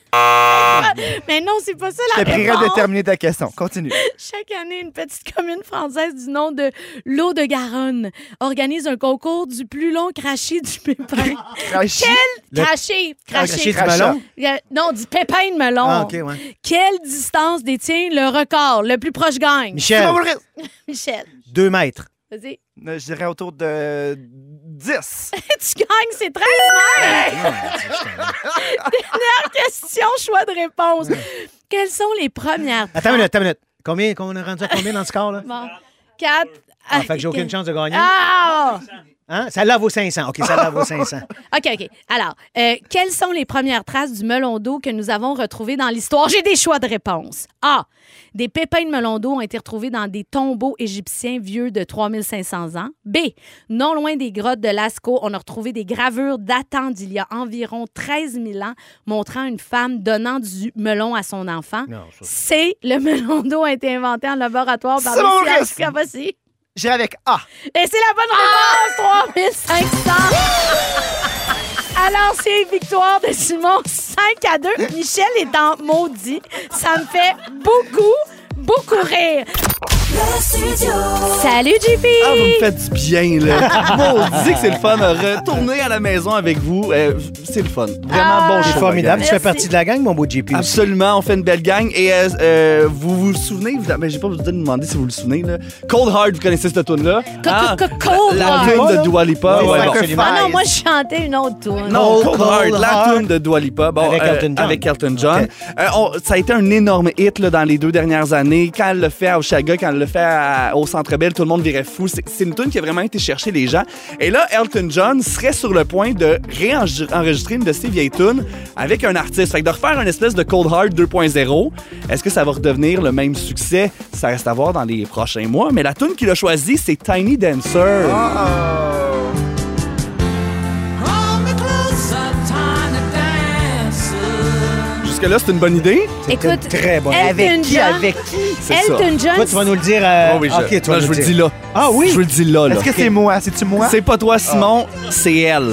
Speaker 2: Mais non, c'est pas ça
Speaker 3: Je
Speaker 2: la
Speaker 3: te prierai de
Speaker 2: réponse.
Speaker 3: terminer ta question. Continue.
Speaker 2: Chaque année, une petite commune française du nom de L'Eau-de-Garonne organise un concours du plus long craché du pépin.
Speaker 3: Craché.
Speaker 2: Quel craché?
Speaker 1: Cracher
Speaker 2: Craché.
Speaker 1: Ah, du melon.
Speaker 2: Euh, Non, du pépin de melon.
Speaker 1: Ah, OK, ouais.
Speaker 2: Quelle distance détient le record? Le plus proche gagne.
Speaker 3: C'est
Speaker 1: Michel,
Speaker 3: mon boule reste.
Speaker 2: Michel,
Speaker 1: deux mètres.
Speaker 2: vas-y.
Speaker 3: Euh, Je dirais autour de 10.
Speaker 2: tu gagnes, c'est 13 mètres. Dernière question, choix de réponse. Quelles sont les premières?
Speaker 1: Attends une minute, attends une minute. Combien, on a rendu à combien dans le score, là?
Speaker 2: Bon, quatre.
Speaker 1: Ah, fait que j'ai aucune chance de gagner.
Speaker 2: Ah!
Speaker 1: Hein? Ça là vaut 500. OK, ça là vaut 500.
Speaker 2: OK, OK. Alors, euh, quelles sont les premières traces du melon d'eau que nous avons retrouvées dans l'histoire? J'ai des choix de réponse. A. Des pépins de melon d'eau ont été retrouvés dans des tombeaux égyptiens vieux de 3500 ans. B. Non loin des grottes de Lascaux, on a retrouvé des gravures datant d'il y a environ 13 000 ans montrant une femme donnant du melon à son enfant.
Speaker 1: Non, ça-
Speaker 2: C. Le melon d'eau a été inventé en laboratoire par Ah,
Speaker 3: C'est mon
Speaker 2: des
Speaker 3: reste.
Speaker 2: scientifiques. Et
Speaker 3: J'irai avec A.
Speaker 2: c'est la bonne réponse! 3500! Alors, c'est victoire de Simon 5 à 2. Michel est en maudit. Ça me fait beaucoup, beaucoup rire. Salut, JP!
Speaker 9: Ah, vous me faites du bien, là. Maudit que c'est le fun. Retourner à la maison avec vous, euh, c'est le fun. Vraiment
Speaker 2: Ah.
Speaker 9: bon
Speaker 2: C'est
Speaker 9: show.
Speaker 1: C'est
Speaker 9: la
Speaker 1: formidable.
Speaker 9: gang.
Speaker 1: Tu fais
Speaker 2: Merci.
Speaker 1: partie de la gang, mon beau JP.
Speaker 9: Absolument, on fait une belle gang. Et euh, euh, vous vous souvenez, évidemment, mais j'ai pas besoin de vous demander si vous le souvenez, là. Cold Hard, vous connaissez cette tune-là? Ah.
Speaker 2: Co- co- co- Cold
Speaker 9: La
Speaker 2: War.
Speaker 9: tune de Dua Lipa.
Speaker 3: Les
Speaker 9: ouais, bon.
Speaker 3: sacrifices.
Speaker 2: Ah non, moi, je chantais une autre tour.
Speaker 9: Non,
Speaker 1: Cold
Speaker 9: Cold Heart,
Speaker 1: Cold
Speaker 9: la
Speaker 1: Heart.
Speaker 9: tune de Dua Lipa. Bon, euh,
Speaker 1: Avec Elton John.
Speaker 9: avec Elton John. Euh, on- ça a été un énorme hit là, dans les deux dernières années. Quand elle le fait à Oshaga, quand elle le fait à- au Centre Bell, tout le monde virait fou. C'est c'est une tune qui a vraiment été chercher les gens. Et là, Elton John serait sur le point de réenregistrer une de ses vieilles tunes avec un artiste. Fait que de refaire une espèce de Cold Heart 2.0, est-ce que ça va redevenir le même succès? Ça reste à voir dans les prochains mois. Mais la tune qu'il a choisie, c'est Tiny Dancer. Jusque-là, c'est une bonne idée?
Speaker 2: Écoute,
Speaker 1: très bonne.
Speaker 2: Elton
Speaker 3: Avec qui?
Speaker 2: John-
Speaker 3: Avec qui?
Speaker 9: C'est ça.
Speaker 2: Elton John,
Speaker 1: Toi, tu vas nous le dire. euh,
Speaker 9: Oh oui, je,
Speaker 1: ok, tu vas
Speaker 9: non,
Speaker 1: nous
Speaker 9: je vous le
Speaker 1: dire.
Speaker 9: dis là.
Speaker 1: Ah oui?
Speaker 9: Je vous le dis là. là.
Speaker 3: Est-ce que c'est moi? C'est-tu moi?
Speaker 9: C'est pas toi, Simon, c'est elle.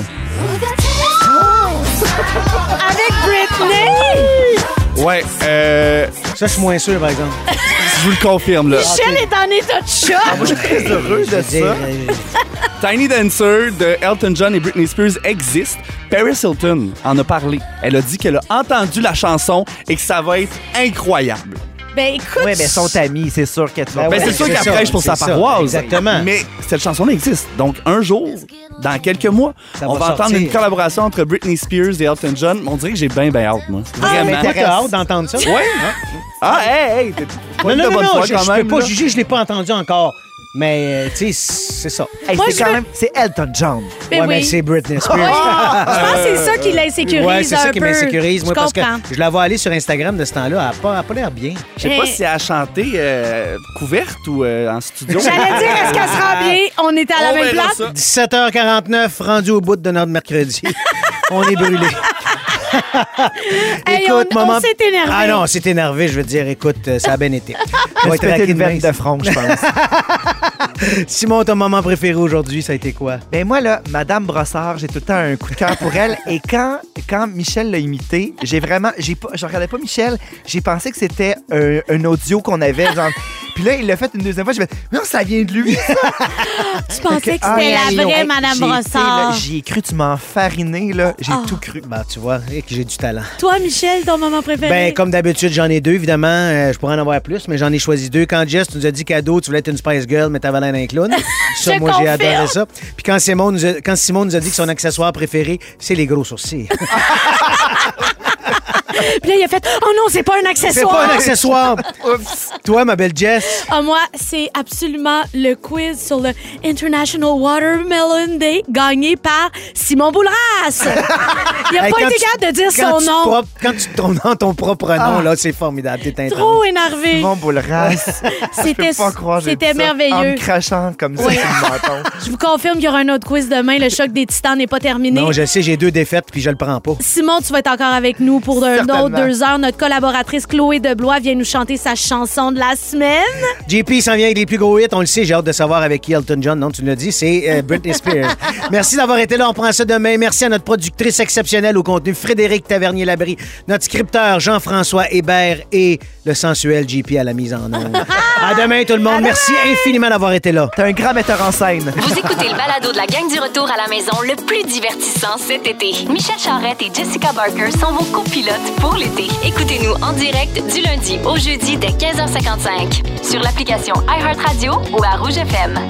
Speaker 2: avec
Speaker 1: Ah,
Speaker 2: Britney!
Speaker 9: Ouais, euh,
Speaker 1: Ça, je suis moins sûr, par exemple.
Speaker 9: je vous le confirme,
Speaker 1: Ah,
Speaker 9: là.
Speaker 2: Michel est en état de choc!
Speaker 3: très heureux de
Speaker 1: Je veux
Speaker 3: ça.
Speaker 1: dire, euh,
Speaker 9: Tiny Dancer de Elton John et Britney Spears existe. Paris Hilton en a parlé. Elle a dit qu'elle a entendu la chanson et que ça va être incroyable.
Speaker 2: Ben écoute,
Speaker 3: Oui, mais sont amis, c'est sûr que tu vas
Speaker 1: Ben
Speaker 9: Ben,
Speaker 1: ouais.
Speaker 9: c'est sûr
Speaker 1: c'est
Speaker 9: qu'elle
Speaker 1: ça,
Speaker 9: prêche pour
Speaker 1: c'est
Speaker 9: sa
Speaker 1: ça,
Speaker 9: paroisse.
Speaker 1: exactement.
Speaker 9: Mais cette chanson-là existe. Donc, un jour, dans quelques mois,
Speaker 1: Ça
Speaker 9: on
Speaker 1: va
Speaker 9: va entendre
Speaker 1: sortir.
Speaker 9: une collaboration entre Britney Spears et Elton John. On dirait que j'ai bien, bien hâte, moi.
Speaker 1: Ah, mais
Speaker 9: Vraiment.
Speaker 1: t'as hâte d'entendre ça? Hein?
Speaker 9: Ouais. Ah, hey, hey. t'es-
Speaker 1: Non, non,
Speaker 9: de
Speaker 1: non,
Speaker 9: bonne
Speaker 1: non,
Speaker 9: foi
Speaker 1: je,
Speaker 9: quand
Speaker 1: je
Speaker 9: même,
Speaker 1: peux pas
Speaker 9: là.
Speaker 1: juger, je l'ai pas entendu encore. Mais, euh, tu sais, c'est ça.
Speaker 3: Hey,
Speaker 2: Moi,
Speaker 3: c'est
Speaker 2: je
Speaker 3: quand
Speaker 2: veux-
Speaker 3: même, c'est Elton John.
Speaker 2: ben
Speaker 1: ouais, mais
Speaker 2: oui.
Speaker 1: c'est Britney
Speaker 2: Ouais,
Speaker 1: Spears.
Speaker 2: je pense que c'est ça qui l'insécurise
Speaker 1: Ah. Ouais, c'est
Speaker 2: un
Speaker 1: ça qui
Speaker 2: peu.
Speaker 1: m'insécurise, moi,
Speaker 2: je
Speaker 1: parce que
Speaker 2: comprends.
Speaker 1: je la vois aller sur Instagram de ce temps-là, elle a pas, elle a pas l'air bien.
Speaker 9: Je sais pas
Speaker 2: Hey.
Speaker 9: si elle a chanté euh, couverte ou euh, en studio.
Speaker 2: J'allais dire, est-ce qu'elle se
Speaker 1: Ah.
Speaker 2: rend bien? On était à la
Speaker 1: Oh,
Speaker 9: On
Speaker 2: même
Speaker 9: verra
Speaker 2: place.
Speaker 9: ça.
Speaker 1: 17h49, rendu au bout de notre mercredi. on est brûlé.
Speaker 2: Hey,
Speaker 1: écoute,
Speaker 2: on- on
Speaker 1: maman.
Speaker 2: s'est énervé.
Speaker 1: Ah non, c'est énervé, je veux dire, écoute, euh, ça a bien été. On va
Speaker 3: Tu
Speaker 1: être
Speaker 3: pétais
Speaker 1: raqué
Speaker 3: une
Speaker 1: demain.
Speaker 3: veine de front, je pense.
Speaker 1: Simon, ton moment préféré aujourd'hui, ça a été quoi?
Speaker 3: Ben moi, là, Madame Brossard, j'ai tout le temps un coup de cœur pour elle. Et quand, quand Michel l'a imité, j'ai vraiment. J'ai pas, je regardais pas Michel, j'ai pensé que c'était un, un audio qu'on avait. Genre, puis là, il l'a fait une deuxième fois. J'ai fait Non, ça vient de lui.
Speaker 2: Je pensais que
Speaker 3: Ah,
Speaker 2: c'était
Speaker 3: oui,
Speaker 2: la
Speaker 3: oui,
Speaker 2: vraie
Speaker 3: oui.
Speaker 2: Madame
Speaker 3: J'ai été, là,
Speaker 2: Brossard. Ah.
Speaker 3: J'y ai cru, tu m'as fariné, là. J'ai tout cru.
Speaker 1: Ben, tu vois, et que j'ai du talent.
Speaker 2: Toi, Michel, ton moment préféré?
Speaker 1: Ben, comme d'habitude, j'en ai deux, évidemment. Euh, je pourrais en avoir plus, mais j'en ai choisi deux. Quand Jess, tu nous as dit cadeau, tu voulais être une Spice Girl, mais t'avais l'air d'un clown. Ça,
Speaker 2: Je
Speaker 1: moi, j'ai
Speaker 2: confirme.
Speaker 1: adoré ça. Puis quand Simon, nous a, quand Simon nous a dit que son accessoire préféré, c'est les gros sourcils.
Speaker 2: Puis là, il a fait « Oh non, c'est pas un
Speaker 1: c'est
Speaker 2: accessoire!
Speaker 1: pas un accessoire! Toi, ma belle Jess,
Speaker 2: Ah, moi, c'est absolument le quiz sur le International Watermelon Day gagné par Simon Boulras. Il n'a
Speaker 1: Hey,
Speaker 2: pas
Speaker 1: quand
Speaker 2: été
Speaker 1: tu-
Speaker 2: capable de dire
Speaker 1: quand
Speaker 2: son
Speaker 1: tu te
Speaker 2: nom. Ah.
Speaker 1: trompes- quand tu te trompes dans ton propre nom, là, c'est formidable. T'es intense.
Speaker 2: Trop énervé.
Speaker 3: Mon boule race.
Speaker 2: C'était
Speaker 3: Je peux pas croire, j'ai
Speaker 2: c'était
Speaker 3: dit ça En
Speaker 2: merveilleux.
Speaker 3: me crachant comme ça
Speaker 2: Oui.
Speaker 3: sur le menton.
Speaker 2: Je vous confirme qu'il y aura un autre quiz demain. Le choc des titans n'est pas terminé.
Speaker 1: Non, je sais, j'ai deux défaites, puis je le prends pas.
Speaker 2: Simon, tu vas être encore avec nous pour un
Speaker 3: Certainement.
Speaker 2: autre deux heures. Notre collaboratrice Chloé Deblois vient nous chanter sa chanson de la semaine.
Speaker 1: JP il s'en vient avec les plus gros hits, on le sait, j'ai hâte de savoir avec qui Elton John, non, tu l'as dit, c'est euh, Britney Spears. Merci d'avoir été là, on prend ça demain. Merci à notre productrice exceptionnelle au contenu, Frédéric Tavernier-Labrie, notre scripteur Jean-François Hébert et le sensuel JP à la mise en onde. à demain tout le monde, merci infiniment d'avoir été là.
Speaker 3: T'es un grand metteur en scène.
Speaker 4: Vous écoutez le balado de la gang du retour à la maison le plus divertissant cet été. Michel Charrette et Jessica Barker sont vos copilotes pour l'été. Écoutez-nous en direct du lundi au jeudi dès 15h55 sur l'application iHeartRadio ou à Rouge FM.